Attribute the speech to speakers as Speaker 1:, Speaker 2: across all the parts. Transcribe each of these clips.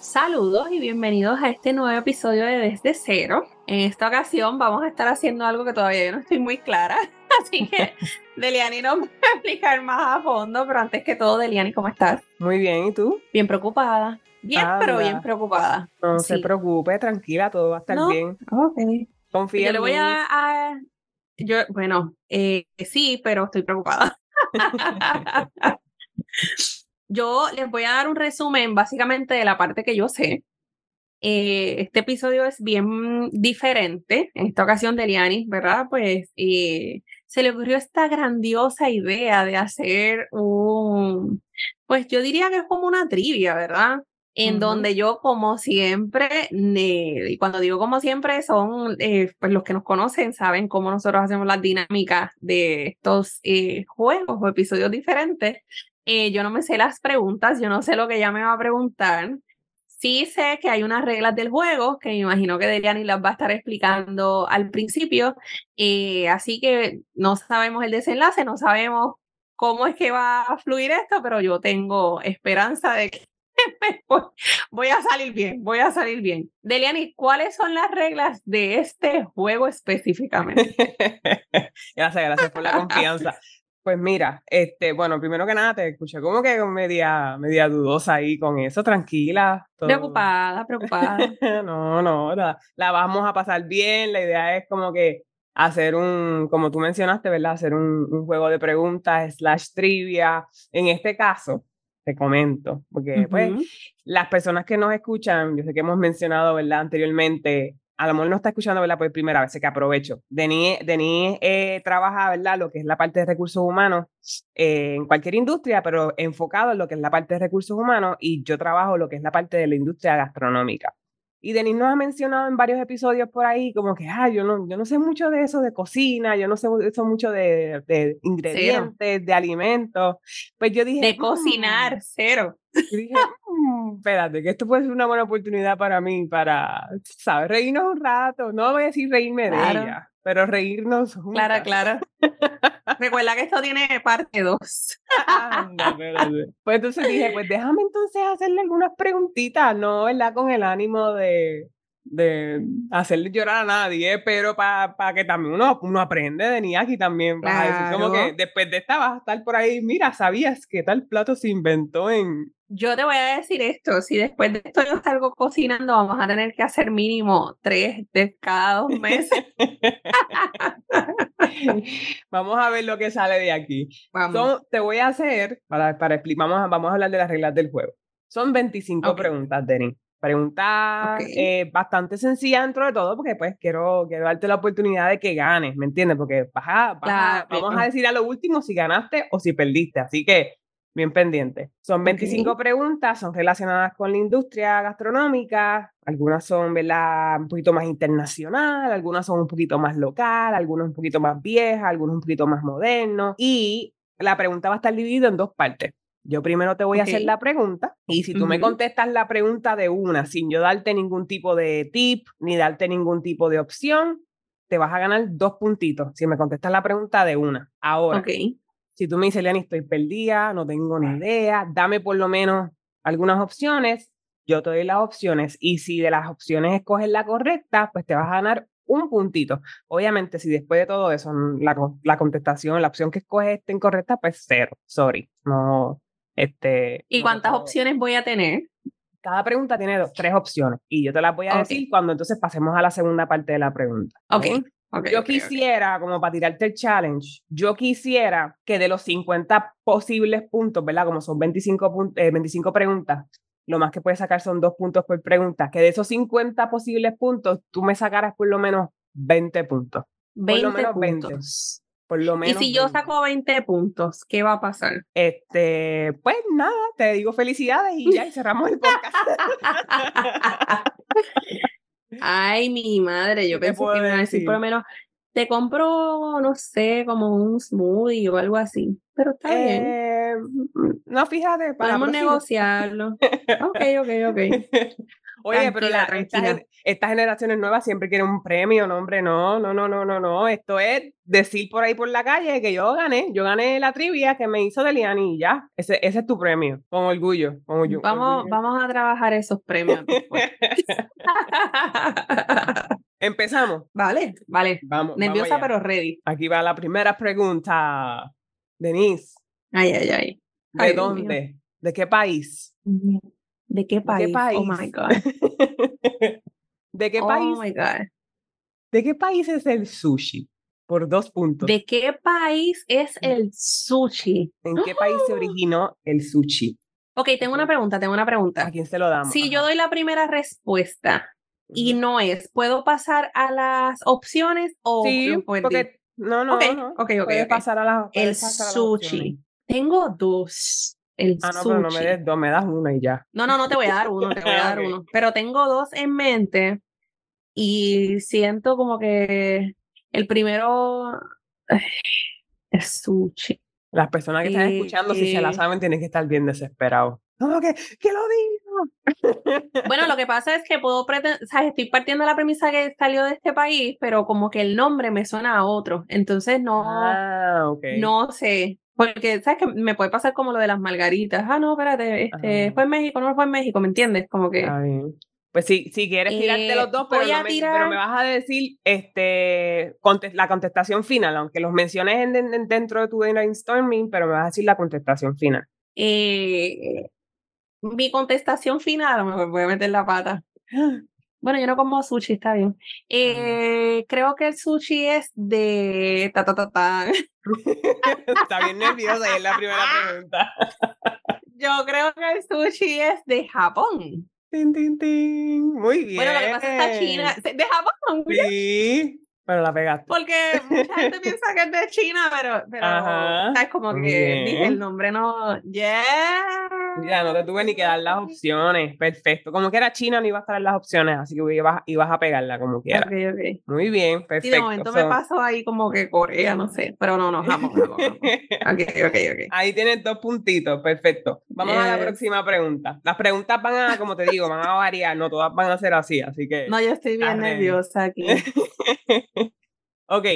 Speaker 1: Saludos y bienvenidos a este nuevo episodio de Desde Cero. En esta ocasión vamos a estar haciendo algo que todavía yo no estoy muy clara, así que Deliani nos va a explicar más a fondo, pero antes que todo, Deliani, ¿cómo estás?
Speaker 2: Muy bien, ¿y tú?
Speaker 1: Bien preocupada. Bien,
Speaker 2: Ah,
Speaker 1: pero
Speaker 2: mira.
Speaker 1: bien preocupada.
Speaker 2: No
Speaker 1: Sí.
Speaker 2: se preocupe, tranquila, todo va a estar
Speaker 1: No.
Speaker 2: bien.
Speaker 1: Ok.
Speaker 2: Confía
Speaker 1: Yo
Speaker 2: en
Speaker 1: le voy
Speaker 2: mí.
Speaker 1: a... a- Yo, bueno, eh, sí, pero estoy preocupada. yo les voy a dar un resumen básicamente de la parte que yo sé. Eh, este episodio es bien diferente. En esta ocasión de Lianis, ¿verdad? Pues eh, se le ocurrió esta grandiosa idea de hacer un, pues yo diría que es como una trivia, ¿verdad? En
Speaker 2: Ujú.
Speaker 1: donde yo, como siempre, ne- y cuando digo como siempre, son eh, pues los que nos conocen, saben cómo nosotros hacemos las dinámicas de estos eh, juegos o episodios diferentes. Eh, yo no me sé las preguntas, yo no sé lo que ella me va a preguntar. Sí sé que hay unas reglas del juego que me imagino que Deliani las va a estar explicando al principio, eh, así que no sabemos el desenlace, no sabemos cómo es que va a fluir esto, pero yo tengo esperanza de que me voy, voy a salir bien, voy a salir bien. Deliani, ¿cuáles son las reglas de este juego específicamente?
Speaker 2: gracias, gracias por la confianza. Pues mira, este, bueno, primero que nada te escuché como que media, media dudosa ahí con eso, tranquila. todo-
Speaker 1: Preocupada, preocupada.
Speaker 2: No, no, la, la vamos a pasar bien. La idea es como que hacer un, como tú mencionaste, ¿verdad? Hacer un, un juego de preguntas, slash trivia. En este caso, te comento, porque pues
Speaker 1: Ujú.
Speaker 2: las personas que nos escuchan, yo sé que hemos mencionado, ¿verdad? Anteriormente, a lo mejor no está escuchando, ¿verdad? Por primera vez, así que aprovecho. Denis, Denis eh, trabaja, ¿verdad? Lo que es la parte de recursos humanos eh, en cualquier industria, pero enfocado en lo que es la parte de recursos humanos y yo trabajo lo que es la parte de la industria gastronómica. Y Denis nos ha mencionado en varios episodios por ahí, como que, ah, yo no, yo no sé mucho de eso de cocina, yo no sé eso mucho de, de ingredientes, de alimentos. Pues yo dije...
Speaker 1: De
Speaker 2: "Mm".
Speaker 1: cocinar, cero.
Speaker 2: Y dije, "Mm, espérate, que esto puede ser una buena oportunidad para mí, para, ¿sabes? Reírnos un rato. No voy a decir reírme
Speaker 1: Claro.
Speaker 2: de ella, pero reírnos
Speaker 1: Clara,
Speaker 2: juntas.
Speaker 1: clara. Recuerda que esto tiene parte 2.
Speaker 2: Anda, espérate. Pues entonces dije, pues déjame entonces hacerle algunas preguntitas, no, ¿verdad? Con el ánimo de, de hacerle llorar a nadie, pero para que también uno, uno aprende de Niaki también. Vas a decir, como que
Speaker 1: Claro.
Speaker 2: después de esta vas a estar por ahí, mira, ¿sabías que tal plato se inventó en...?
Speaker 1: Yo te voy a decir esto, si después de esto yo salgo cocinando, vamos a tener que hacer mínimo tres de cada dos meses.
Speaker 2: Vamos a ver lo que sale de aquí.
Speaker 1: Vamos.
Speaker 2: Son- te voy a hacer, para, para expli- vamos, a, vamos a hablar de las reglas del juego. Son 25
Speaker 1: Ok.
Speaker 2: preguntas, Denis. Preguntas
Speaker 1: Ok.
Speaker 2: eh, bastante sencillas dentro de todo, porque pues quiero, quiero darte la oportunidad de que ganes, ¿me entiendes? Porque vas a- vas a-
Speaker 1: Claro.
Speaker 2: vamos a decir a lo último si ganaste o si perdiste, así que bien pendiente. Son 25 preguntas, son relacionadas con la industria gastronómica, algunas son, ¿verdad? Un poquito más internacional, algunas son un poquito más local, algunas un poquito más viejas, algunas un poquito más modernos. Y la pregunta va a estar dividida en dos partes. Yo primero te voy a hacer
Speaker 1: Ok.
Speaker 2: la pregunta y si tú me
Speaker 1: Ujú.
Speaker 2: contestas la pregunta de una, sin yo darte ningún tipo de tip ni darte ningún tipo de opción, te vas a ganar dos puntitos si me contestas la pregunta de una. Ahora,
Speaker 1: Ok.
Speaker 2: si tú me dices, Leani, estoy perdida, no tengo ni idea, dame por lo menos algunas opciones, yo te doy las opciones y si de las opciones escoges la correcta, pues te vas a ganar un puntito. Obviamente, si después de todo eso mm, la, co- la contestación, la opción que escoges está incorrecta, pues cero, sorry, no, Este,
Speaker 1: ¿Y cuántas
Speaker 2: nosotros-
Speaker 1: opciones voy a tener?
Speaker 2: Cada pregunta tiene dos, tres opciones y yo te las voy a
Speaker 1: Ok.
Speaker 2: decir cuando entonces pasemos a la segunda parte de la pregunta.
Speaker 1: Ok.
Speaker 2: ¿ok?
Speaker 1: ok,
Speaker 2: Yo
Speaker 1: ok, ok.
Speaker 2: quisiera, como para tirarte el challenge, yo quisiera que de los 50 posibles puntos, ¿verdad? Como son 25, pun- eh, 25 preguntas, lo más que puedes sacar son dos puntos por pregunta, que de esos 50 posibles puntos tú me sacaras por lo menos 20 puntos. Por
Speaker 1: 20
Speaker 2: lo menos
Speaker 1: puntos.
Speaker 2: 20. Por lo
Speaker 1: Y
Speaker 2: menos
Speaker 1: si yo
Speaker 2: 20.
Speaker 1: saco 20 puntos, ¿qué va a pasar?
Speaker 2: Este, pues nada, te digo felicidades y ya, y cerramos el podcast.
Speaker 1: Ay, mi madre, yo
Speaker 2: ¿Qué te
Speaker 1: pensé
Speaker 2: puedo
Speaker 1: que me iban a decir por lo
Speaker 2: decir?
Speaker 1: menos, te compro, no sé, como un smoothie o algo así. Pero está bien.
Speaker 2: Eh, no, fíjate, para la
Speaker 1: Podemos
Speaker 2: próxima.
Speaker 1: negociarlo. Ok, ok, ok.
Speaker 2: Oye, pero
Speaker 1: Tranquila,
Speaker 2: la- esta
Speaker 1: tranquila.
Speaker 2: gen- estas generaciones nuevas siempre quieren un premio, no, hombre, no, no, no, no, no, no. Esto es decir por ahí por la calle que yo gané, yo gané la trivia que me hizo Deliani y ya. Ese, ese es tu premio, con orgullo. con orgu-
Speaker 1: Vamos,
Speaker 2: orgullo.
Speaker 1: vamos a trabajar esos premios. después.
Speaker 2: Empezamos.
Speaker 1: vale, vale.
Speaker 2: Vamos.
Speaker 1: Nerviosa,
Speaker 2: vamos allá.
Speaker 1: pero ready.
Speaker 2: Aquí va la primera pregunta. Denise,
Speaker 1: Ay, ay, ay.
Speaker 2: ¿de
Speaker 1: Ay, Dios mío.
Speaker 2: dónde? ¿De qué país?
Speaker 1: ¿De qué país? Oh
Speaker 2: país?
Speaker 1: my God.
Speaker 2: ¿De qué
Speaker 1: oh
Speaker 2: país?
Speaker 1: my God.
Speaker 2: ¿De qué país es el sushi? Por dos puntos.
Speaker 1: ¿De qué país es
Speaker 2: Mm.
Speaker 1: el sushi?
Speaker 2: ¿En qué país se originó el sushi?
Speaker 1: Ok, tengo una
Speaker 2: Ujú.
Speaker 1: pregunta, tengo una
Speaker 2: ¿A
Speaker 1: pregunta.
Speaker 2: quién se lo damos?
Speaker 1: Si yo
Speaker 2: Ajá.
Speaker 1: doy la primera respuesta y no es, ¿puedo pasar a las opciones o
Speaker 2: sí,
Speaker 1: lo perdí?
Speaker 2: porque no, no,
Speaker 1: Ok,
Speaker 2: no.
Speaker 1: ok, ok,
Speaker 2: Puedes
Speaker 1: ok.
Speaker 2: pasar a la
Speaker 1: El
Speaker 2: puedes pasar a las opciones.
Speaker 1: sushi. Tengo dos. El
Speaker 2: Ah, no,
Speaker 1: sushi.
Speaker 2: pero no me des dos, me das una y ya.
Speaker 1: No, no, no te voy a dar uno, te voy a dar
Speaker 2: Ok.
Speaker 1: uno. Pero tengo dos en mente y siento como que el primero es sushi.
Speaker 2: Las personas que están escuchando, si se la
Speaker 1: Eh,
Speaker 2: saben, tienen que estar bien desesperados. No, que, que lo digo.
Speaker 1: Bueno, lo que pasa es que puedo pretender, estoy partiendo de la premisa que salió de este país, pero como que el nombre me suena a otro. Entonces no,
Speaker 2: ah, ok.
Speaker 1: no sé. Porque, ¿sabes que Me puede pasar como lo de las margaritas. Ah, no, espérate, este,
Speaker 2: Ah.
Speaker 1: fue en México, no fue en México, ¿me entiendes? Como que.
Speaker 2: Está bien. Pues sí, si quieres tirarte
Speaker 1: Eh,
Speaker 2: los dos, pero,
Speaker 1: voy
Speaker 2: no
Speaker 1: a
Speaker 2: me,
Speaker 1: tirar-
Speaker 2: pero me vas a decir este, conte- la contestación final, aunque los menciones en- en- dentro de tu brainstorming, pero me vas a decir la contestación final.
Speaker 1: Eh, mi contestación final, a lo mejor voy a meter la pata. ¡Ah! Bueno, yo no como sushi, está
Speaker 2: Ah.
Speaker 1: bien. Eh, creo que el sushi es de ta ta ta ta.
Speaker 2: Está bien nerviosa y es la primera pregunta.
Speaker 1: Yo creo que el sushi es de Japón.
Speaker 2: Tin, tin, tin. Muy bien.
Speaker 1: Bueno, lo que pasa es que está China, de Japón,
Speaker 2: Sí. Pero la pegaste.
Speaker 1: porque mucha gente piensa que es de China, pero, pero
Speaker 2: Ajá,
Speaker 1: sabes como que
Speaker 2: muy
Speaker 1: dije el
Speaker 2: bien.
Speaker 1: nombre no. Yeah.
Speaker 2: Ya no te tuve ni que dar las opciones. Perfecto. Como que era China, no iba a estar en las opciones, así que ibas, ibas a pegarla como quiera.
Speaker 1: Ok, ok.
Speaker 2: Muy bien,
Speaker 1: Sí,
Speaker 2: perfecto.
Speaker 1: de momento me
Speaker 2: So-
Speaker 1: pasó ahí como que Corea, no sé, pero no, no, Japón, Japón, Japón. Ok, ok, ok.
Speaker 2: Ahí tienes dos puntitos, perfecto. Vamos a la
Speaker 1: Yes.
Speaker 2: próxima pregunta. Las preguntas van a, como te digo, van a variar, no todas van a ser así, así que.
Speaker 1: No, yo estoy bien
Speaker 2: Está ready.
Speaker 1: nerviosa aquí.
Speaker 2: ok,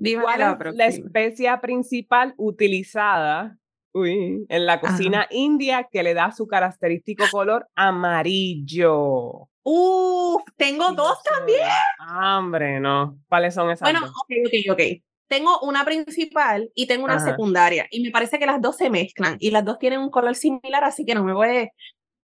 Speaker 1: Dime
Speaker 2: ¿Cuál
Speaker 1: la
Speaker 2: es la
Speaker 1: próxima.
Speaker 2: especia principal utilizada uy, en la cocina india que le da su característico color amarillo?
Speaker 1: Uf, tengo
Speaker 2: Y
Speaker 1: dos
Speaker 2: no
Speaker 1: también.
Speaker 2: son- Hombre, no. ¿Cuáles son esas?
Speaker 1: Bueno,
Speaker 2: dos?
Speaker 1: ok, ok, ok. Tengo una principal y tengo una
Speaker 2: Ajá.
Speaker 1: secundaria. Y me parece que las dos se mezclan y las dos tienen un color similar, así que no me voy.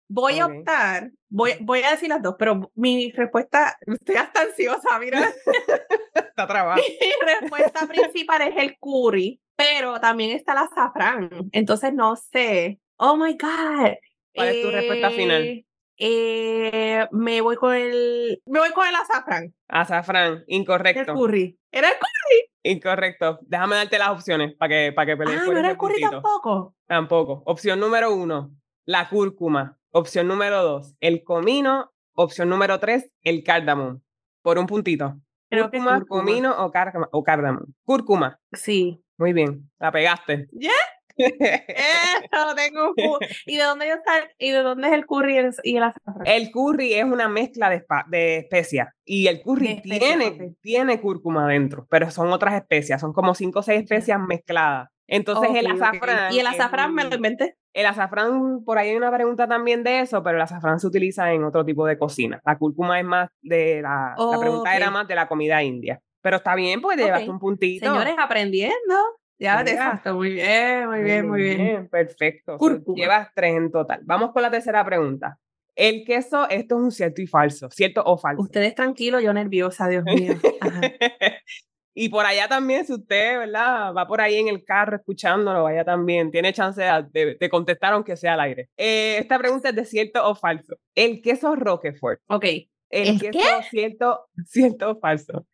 Speaker 1: Voy a
Speaker 2: Ok.
Speaker 1: optar, voy, voy a decir las dos, pero mi respuesta, estoy hasta ansiosa, mira,
Speaker 2: Está trabajo.
Speaker 1: mi respuesta principal es el curry, pero también está el azafrán, entonces no sé. Oh my God.
Speaker 2: ¿Cuál es tu respuesta final?
Speaker 1: Eh, eh, me voy con el, me voy con el azafrán,
Speaker 2: Azafrán,
Speaker 1: el
Speaker 2: incorrecto.
Speaker 1: curry. ¿Era el curry?
Speaker 2: Incorrecto. Déjame darte las opciones para que, para que pelees
Speaker 1: Ah,
Speaker 2: por
Speaker 1: no era
Speaker 2: ese
Speaker 1: el curry
Speaker 2: puntito.
Speaker 1: tampoco.
Speaker 2: Tampoco. Opción número uno, la cúrcuma. Opción número dos, el comino. Opción número tres, el cárdamomo. Por un puntito.
Speaker 1: Creo que
Speaker 2: cúrcuma,
Speaker 1: cúrcuma.
Speaker 2: comino o, cárcama- o cárdamomo. Cúrcuma.
Speaker 1: Sí.
Speaker 2: Muy bien, la pegaste.
Speaker 1: ¿Ya? Eso, tengo un cu- ¿Y de dónde yo sal- ¿Y de dónde es el curry y el- y el azafrán?
Speaker 2: el curry es una mezcla de, espa- de especias y el
Speaker 1: De
Speaker 2: curry
Speaker 1: especias,
Speaker 2: tiene,
Speaker 1: ok.
Speaker 2: tiene cúrcuma dentro, pero son otras especias, son como cinco o seis especias mezcladas. Entonces el
Speaker 1: Ok, ok.
Speaker 2: azafrán...
Speaker 1: Y el
Speaker 2: es
Speaker 1: azafrán me lo
Speaker 2: un-
Speaker 1: inventé.
Speaker 2: El azafrán, por ahí hay una pregunta también de eso, pero el azafrán se utiliza en otro tipo de cocina. La cúrcuma es más de la... la pregunta era
Speaker 1: Ok.
Speaker 2: más de la comida india. Pero está bien, porque te llevaste
Speaker 1: Ok.
Speaker 2: un puntito.
Speaker 1: Señores, aprendiendo. Ya,
Speaker 2: Mira.
Speaker 1: exacto. Muy bien, muy bien, muy bien.
Speaker 2: Perfecto.
Speaker 1: Cúrcuma.
Speaker 2: Llevas tres en total. Vamos con la tercera pregunta. El queso, esto es un cierto y falso, cierto o falso.
Speaker 1: Ustedes tranquilos, yo nerviosa, Dios mío. Ajá.
Speaker 2: y por allá también, si usted, ¿verdad? Va por ahí en el carro escuchándolo, vaya también, tiene chance de, de- de contestar aunque sea al aire. Eh, esta pregunta es de cierto o falso. El queso Roquefort.
Speaker 1: Ok.
Speaker 2: El
Speaker 1: ¿El
Speaker 2: queso cierto, cierto o falso.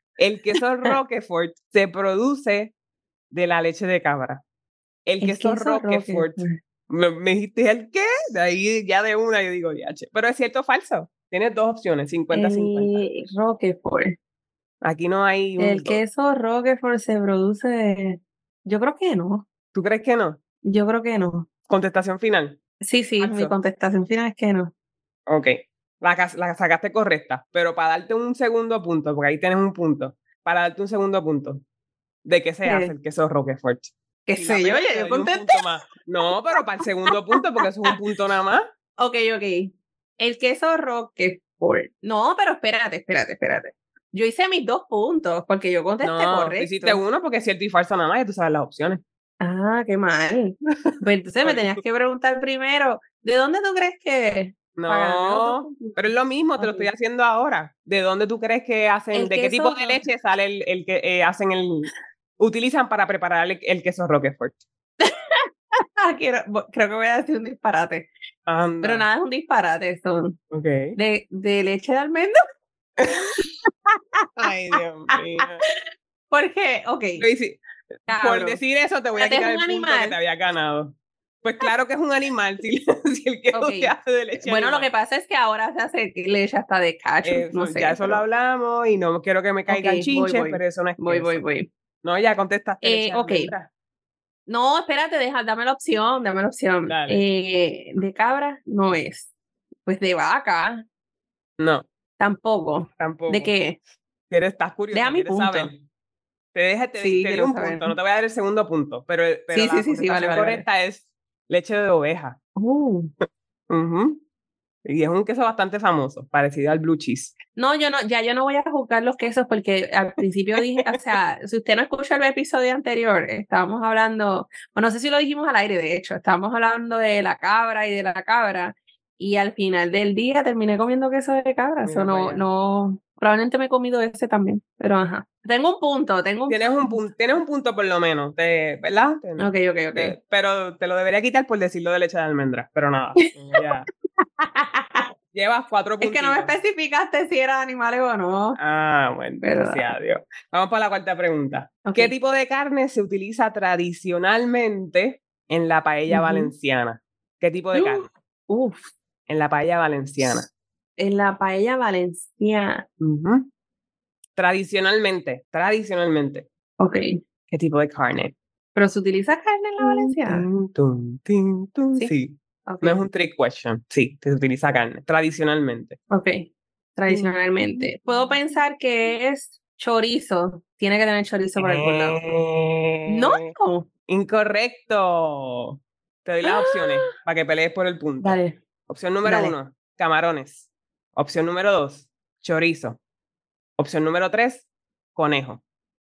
Speaker 2: El queso Roquefort se produce de la leche de cabra. El, queso, Roquefort. Me, me dijiste el qué, de ahí ya de una yo digo ya, che. Pero es cierto o falso. Tienes dos opciones, 50-50.
Speaker 1: Eh, Roquefort.
Speaker 2: Aquí no hay un
Speaker 1: El
Speaker 2: do-
Speaker 1: queso Roquefort se produce. de- Yo creo que no.
Speaker 2: ¿Tú crees que no?
Speaker 1: Yo creo que no.
Speaker 2: Contestación final.
Speaker 1: Sí, sí, mi
Speaker 2: Falso.
Speaker 1: contestación final es que no.
Speaker 2: Ok. La, ca- la sacaste correcta, pero para darte un segundo punto, porque ahí tienes un punto, para darte un segundo punto, ¿de qué se
Speaker 1: ¿Qué?
Speaker 2: hace el queso Roquefort?
Speaker 1: ¿Qué
Speaker 2: Sí,
Speaker 1: sé yo?
Speaker 2: apenas
Speaker 1: Ya
Speaker 2: te
Speaker 1: yo
Speaker 2: doy un
Speaker 1: contesté.
Speaker 2: punto más. No, pero para el segundo punto, porque eso es un punto nada más.
Speaker 1: Ok, ok. El queso Roquefort. No, pero espérate, espérate, espérate. Yo hice mis dos puntos porque yo contesté
Speaker 2: No,
Speaker 1: correcto.
Speaker 2: hiciste uno porque es cierto y falso nada más, ya tú sabes las opciones.
Speaker 1: Ah, qué mal. Pues entonces me
Speaker 2: Sorry.
Speaker 1: tenías que preguntar primero, ¿de dónde tú crees que para ganar otros
Speaker 2: No,
Speaker 1: puntos?
Speaker 2: pero es lo mismo, te lo
Speaker 1: Ok.
Speaker 2: estoy haciendo ahora. ¿De dónde tú crees que hacen,
Speaker 1: El
Speaker 2: de qué
Speaker 1: queso
Speaker 2: tipo de
Speaker 1: Roque-
Speaker 2: leche sale el, el que eh, hacen el, utilizan para preparar el, el queso Roquefort?
Speaker 1: Ah, quiero- bo- creo que voy a decir un disparate.
Speaker 2: Anda,
Speaker 1: Pero nada, es un disparate. Son
Speaker 2: ok.
Speaker 1: de, de leche de almendra.
Speaker 2: Ay, Dios mío.
Speaker 1: Porque, ok,
Speaker 2: Lo hici- Por
Speaker 1: cabrón,
Speaker 2: decir eso te voy a
Speaker 1: Espérate, es
Speaker 2: quitar
Speaker 1: un
Speaker 2: el punto que
Speaker 1: animal.
Speaker 2: te había ganado. Pues claro que es un animal, si, si el queso
Speaker 1: Ok.
Speaker 2: se hace de leche
Speaker 1: Bueno, lo que
Speaker 2: animal.
Speaker 1: pasa es que ahora se hace leche hasta de cacho.
Speaker 2: Eso,
Speaker 1: no sé,
Speaker 2: ya eso lo
Speaker 1: pero-
Speaker 2: hablamos y no quiero que me caigan
Speaker 1: Ok, voy,
Speaker 2: chinches,
Speaker 1: voy.
Speaker 2: pero eso no es
Speaker 1: Voy,
Speaker 2: queso.
Speaker 1: voy, voy.
Speaker 2: No, ya contestaste.
Speaker 1: Eh,
Speaker 2: leche de
Speaker 1: ok.
Speaker 2: almendra.
Speaker 1: No, espérate, deja, dame la opción, dame la opción.
Speaker 2: Dale.
Speaker 1: Eh, de cabra no es. Pues de vaca
Speaker 2: No,
Speaker 1: tampoco.
Speaker 2: tampoco.
Speaker 1: ¿De qué?
Speaker 2: Quieres, estás curiosa,
Speaker 1: Deja mi
Speaker 2: quieres
Speaker 1: punto.
Speaker 2: saber. Te deja, te,
Speaker 1: Sí,
Speaker 2: te di
Speaker 1: quiero
Speaker 2: un
Speaker 1: saber.
Speaker 2: punto, no te voy a dar el segundo punto, pero, pero
Speaker 1: Sí,
Speaker 2: la
Speaker 1: sí, sí, sí, vale,
Speaker 2: contestación
Speaker 1: vale, vale.
Speaker 2: correcta es leche de oveja.
Speaker 1: Uh,
Speaker 2: Ujú. Y es un queso bastante famoso, parecido al blue cheese.
Speaker 1: No, yo no, ya yo no voy a juzgar los quesos porque al principio dije, o sea, si usted no escucha el episodio anterior, estábamos hablando, o no sé si lo dijimos al aire, de hecho, estábamos hablando de la cabra y de la cabra, y al final del día terminé comiendo queso de cabra,
Speaker 2: Mira
Speaker 1: eso no,
Speaker 2: para allá.
Speaker 1: no, probablemente me he comido ese también, pero ajá, tengo un punto, tengo un
Speaker 2: Tienes un, punto, tienes un punto por lo menos, te- ¿verdad? Te-
Speaker 1: Ok, ok, ok.
Speaker 2: te- pero te lo debería quitar por decirlo de leche de almendra, pero nada. eh, ya. Llevas cuatro
Speaker 1: es
Speaker 2: puntos.
Speaker 1: que no me especificaste si eran animales o no.
Speaker 2: Ah, bueno,
Speaker 1: ¿Verdad?
Speaker 2: gracias a Dios. Vamos para la cuarta pregunta.
Speaker 1: Ok.
Speaker 2: ¿Qué tipo de carne se utiliza tradicionalmente en la paella
Speaker 1: Ujú.
Speaker 2: valenciana? ¿Qué tipo de
Speaker 1: Uh.
Speaker 2: carne?
Speaker 1: Uf,
Speaker 2: En la paella valenciana.
Speaker 1: en la paella valenciana.
Speaker 2: Ujú. Tradicionalmente, tradicionalmente.
Speaker 1: Ok,
Speaker 2: ¿Qué tipo de carne?
Speaker 1: pero se utiliza carne en la valenciana.
Speaker 2: Tin, tun, tin, tun,
Speaker 1: Sí.
Speaker 2: Sí,
Speaker 1: Ok.
Speaker 2: no es un trick question. Sí, se utiliza carne, tradicionalmente.
Speaker 1: Ok, tradicionalmente. Puedo pensar que es chorizo. Tiene que tener chorizo por algún lado. No,
Speaker 2: Eh, Incorrecto. Te doy las opciones
Speaker 1: ¡Ah!
Speaker 2: para que pelees por el punto.
Speaker 1: dale.
Speaker 2: Opción número
Speaker 1: Dale.
Speaker 2: uno, camarones. Opción número dos, chorizo. Opción número tres, conejo.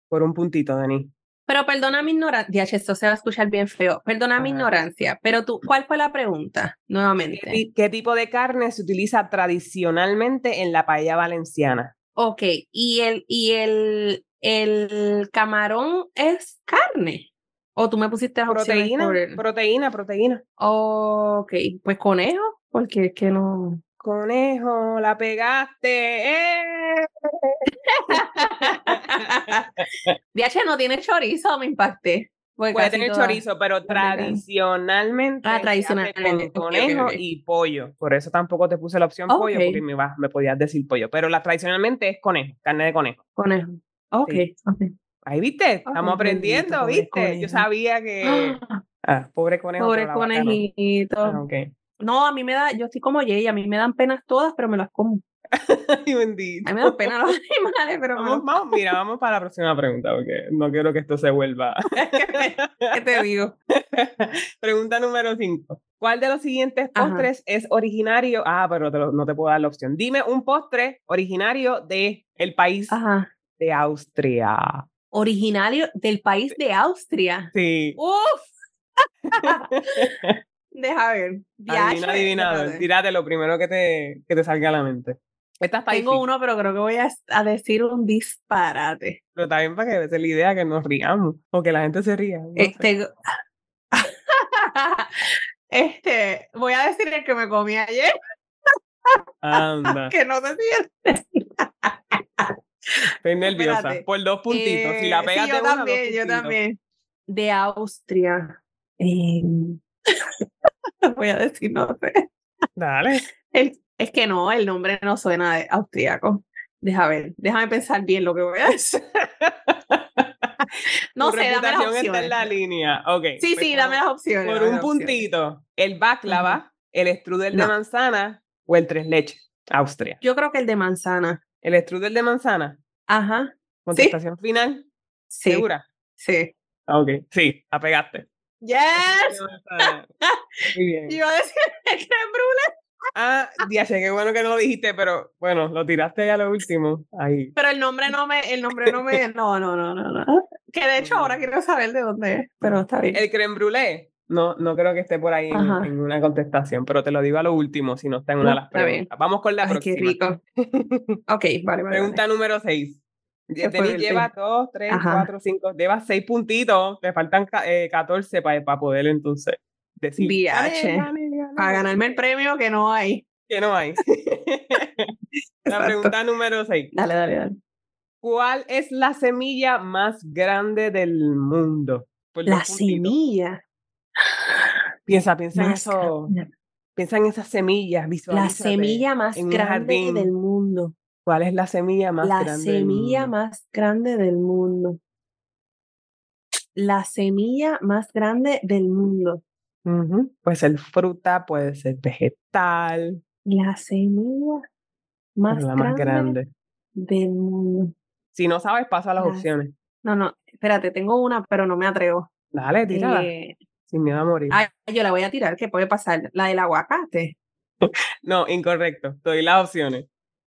Speaker 2: Por un puntito, Denis.
Speaker 1: Pero perdona mi ignorancia. esto se va a escuchar bien feo. Perdona mi
Speaker 2: Ajá.
Speaker 1: ignorancia. Pero tú, ¿cuál fue la pregunta?
Speaker 2: ¿Qué,
Speaker 1: Nuevamente.
Speaker 2: ti- qué tipo de carne se utiliza tradicionalmente en la paella valenciana?
Speaker 1: Ok, y el, y el, el camarón es carne. O tú me pusiste las opciones
Speaker 2: Proteína,
Speaker 1: por el-
Speaker 2: proteína, proteína.
Speaker 1: Ok, pues conejo, porque es que no.
Speaker 2: Conejo, la pegaste. ¡eh!
Speaker 1: DH no tiene chorizo, me impacté. Porque
Speaker 2: Puede
Speaker 1: casi
Speaker 2: tener
Speaker 1: todas-
Speaker 2: chorizo, pero
Speaker 1: carne.
Speaker 2: tradicionalmente
Speaker 1: Ah,
Speaker 2: se hace
Speaker 1: tradicionalmente,
Speaker 2: con
Speaker 1: ok, ok,
Speaker 2: conejo
Speaker 1: ok.
Speaker 2: y pollo. Por eso tampoco te puse la opción pollo,
Speaker 1: Ok.
Speaker 2: porque me, vas- me podías decir pollo. Pero la tradicionalmente es conejo, carne de conejo.
Speaker 1: Conejo. Ok, ok.
Speaker 2: Ahí viste, estamos
Speaker 1: bendito,
Speaker 2: aprendiendo,
Speaker 1: Ah, pobre
Speaker 2: viste. Yo
Speaker 1: conejo.
Speaker 2: sabía que.
Speaker 1: ¡Ah!
Speaker 2: Ah, pobre conejo.
Speaker 1: Pobre
Speaker 2: pero la vaca no.
Speaker 1: conejito.
Speaker 2: Ah, ok.
Speaker 1: No, a mí me da, yo estoy como Jay, a mí me dan penas todas, pero me las como.
Speaker 2: Ay, bendito.
Speaker 1: A mí me dan pena los animales, pero me
Speaker 2: Vamos, vamos, mira, vamos para la próxima pregunta, porque no quiero que esto se vuelva.
Speaker 1: los- ¿qué te digo?
Speaker 2: Pregunta número 5. ¿Cuál de los siguientes
Speaker 1: Ajá.
Speaker 2: postres es originario? Ah, pero te lo- no te puedo dar la opción. Dime un postre originario de el país
Speaker 1: Ajá.
Speaker 2: de Austria.
Speaker 1: originario del país de Austria.
Speaker 2: Sí.
Speaker 1: ¡Uf! Deja ver.
Speaker 2: Adivina,
Speaker 1: Diache,
Speaker 2: adivinado.
Speaker 1: espérate.
Speaker 2: Tírate lo primero que te, que te salga a la mente. Esta está
Speaker 1: Tengo
Speaker 2: difícil,
Speaker 1: uno, pero creo que voy a, a decir un disparate.
Speaker 2: pero también para que veas la idea que nos riamos o que la gente se ría. no sé.
Speaker 1: Este... este, voy a decir el que me comí ayer,
Speaker 2: Anda,
Speaker 1: que no sé si es-
Speaker 2: estoy nerviosa.
Speaker 1: espérate.
Speaker 2: Por dos puntitos. si la
Speaker 1: Eh,
Speaker 2: pegas
Speaker 1: sí,
Speaker 2: de
Speaker 1: yo
Speaker 2: una, dos
Speaker 1: también, yo
Speaker 2: puntitos.
Speaker 1: también. De Austria. Eh, voy a decir, no sé.
Speaker 2: Dale.
Speaker 1: El- es que no, el nombre no suena de austriaco. Deja ver, déjame pensar bien lo que voy a decir. no
Speaker 2: Tu
Speaker 1: sé, dame las
Speaker 2: reputación está en
Speaker 1: opciones.
Speaker 2: la línea. Ok.
Speaker 1: Sí,
Speaker 2: pues
Speaker 1: sí,
Speaker 2: por
Speaker 1: dame las opciones.
Speaker 2: Por
Speaker 1: dame
Speaker 2: un
Speaker 1: las opciones.
Speaker 2: puntito, el baklava, el strudel de
Speaker 1: No.
Speaker 2: manzana o el tres leches, Austria.
Speaker 1: Yo creo que el de manzana.
Speaker 2: El strudel de manzana,
Speaker 1: Ajá.
Speaker 2: contestación final,
Speaker 1: Sí.
Speaker 2: segura.
Speaker 1: Sí.
Speaker 2: Ah, Ok, sí, apegaste.
Speaker 1: Yes.
Speaker 2: Muy bien.
Speaker 1: Iba a decir el creme brulee,
Speaker 2: Ah, diache, qué bueno que no lo dijiste, pero bueno, lo tiraste ya lo último. Ahí.
Speaker 1: pero el nombre no me, el nombre no me, no, no, no, no, no. Que de hecho
Speaker 2: Mm.
Speaker 1: ahora quiero saber de dónde es, pero está bien.
Speaker 2: El creme brûlée, no, no creo que esté por ahí en,
Speaker 1: Ajá.
Speaker 2: en una contestación, pero te lo digo a lo último, si no está en una de
Speaker 1: No,
Speaker 2: las
Speaker 1: está bien.
Speaker 2: preguntas. Vamos con la
Speaker 1: Ay, qué
Speaker 2: próxima.
Speaker 1: rico. Ok, vale, vale. vale.
Speaker 2: Pregunta número 6.
Speaker 1: Qué fuerte.
Speaker 2: lleva 2, 3,
Speaker 1: Ajá.
Speaker 2: 4, 5, lleva 6 puntitos. Le faltan ca- eh, 14 para poder entonces decir.
Speaker 1: Viache.
Speaker 2: "Gané, gané, gané".
Speaker 1: Para ganarme el premio que no hay.
Speaker 2: Que no hay. la
Speaker 1: Exacto.
Speaker 2: pregunta número 6.
Speaker 1: Dale, dale, dale.
Speaker 2: ¿Cuál es la semilla más grande del mundo? Por dos
Speaker 1: La
Speaker 2: puntitos.
Speaker 1: semilla.
Speaker 2: Piensa, piensa en
Speaker 1: más
Speaker 2: eso.
Speaker 1: grande.
Speaker 2: Piensa en esas semillas
Speaker 1: La
Speaker 2: visualízate.
Speaker 1: semilla más
Speaker 2: en un
Speaker 1: grande
Speaker 2: jardín
Speaker 1: del mundo.
Speaker 2: ¿Cuál es la semilla más
Speaker 1: La
Speaker 2: grande? del
Speaker 1: semilla
Speaker 2: mundo?
Speaker 1: más grande del mundo. La semilla más grande del mundo.
Speaker 2: Ujú. Puede ser fruta, puede ser vegetal.
Speaker 1: La semilla
Speaker 2: pero
Speaker 1: más,
Speaker 2: la
Speaker 1: grande,
Speaker 2: más grande.
Speaker 1: del mundo.
Speaker 2: Si no sabes, pasa a las
Speaker 1: Las-
Speaker 2: opciones.
Speaker 1: No, no, espérate, tengo una, pero no me atrevo.
Speaker 2: Dale, tírala.
Speaker 1: Eh,
Speaker 2: Sin miedo a morir.
Speaker 1: ay, yo la voy a tirar, que puede pasar. La del aguacate.
Speaker 2: No, incorrecto. Te doy las opciones.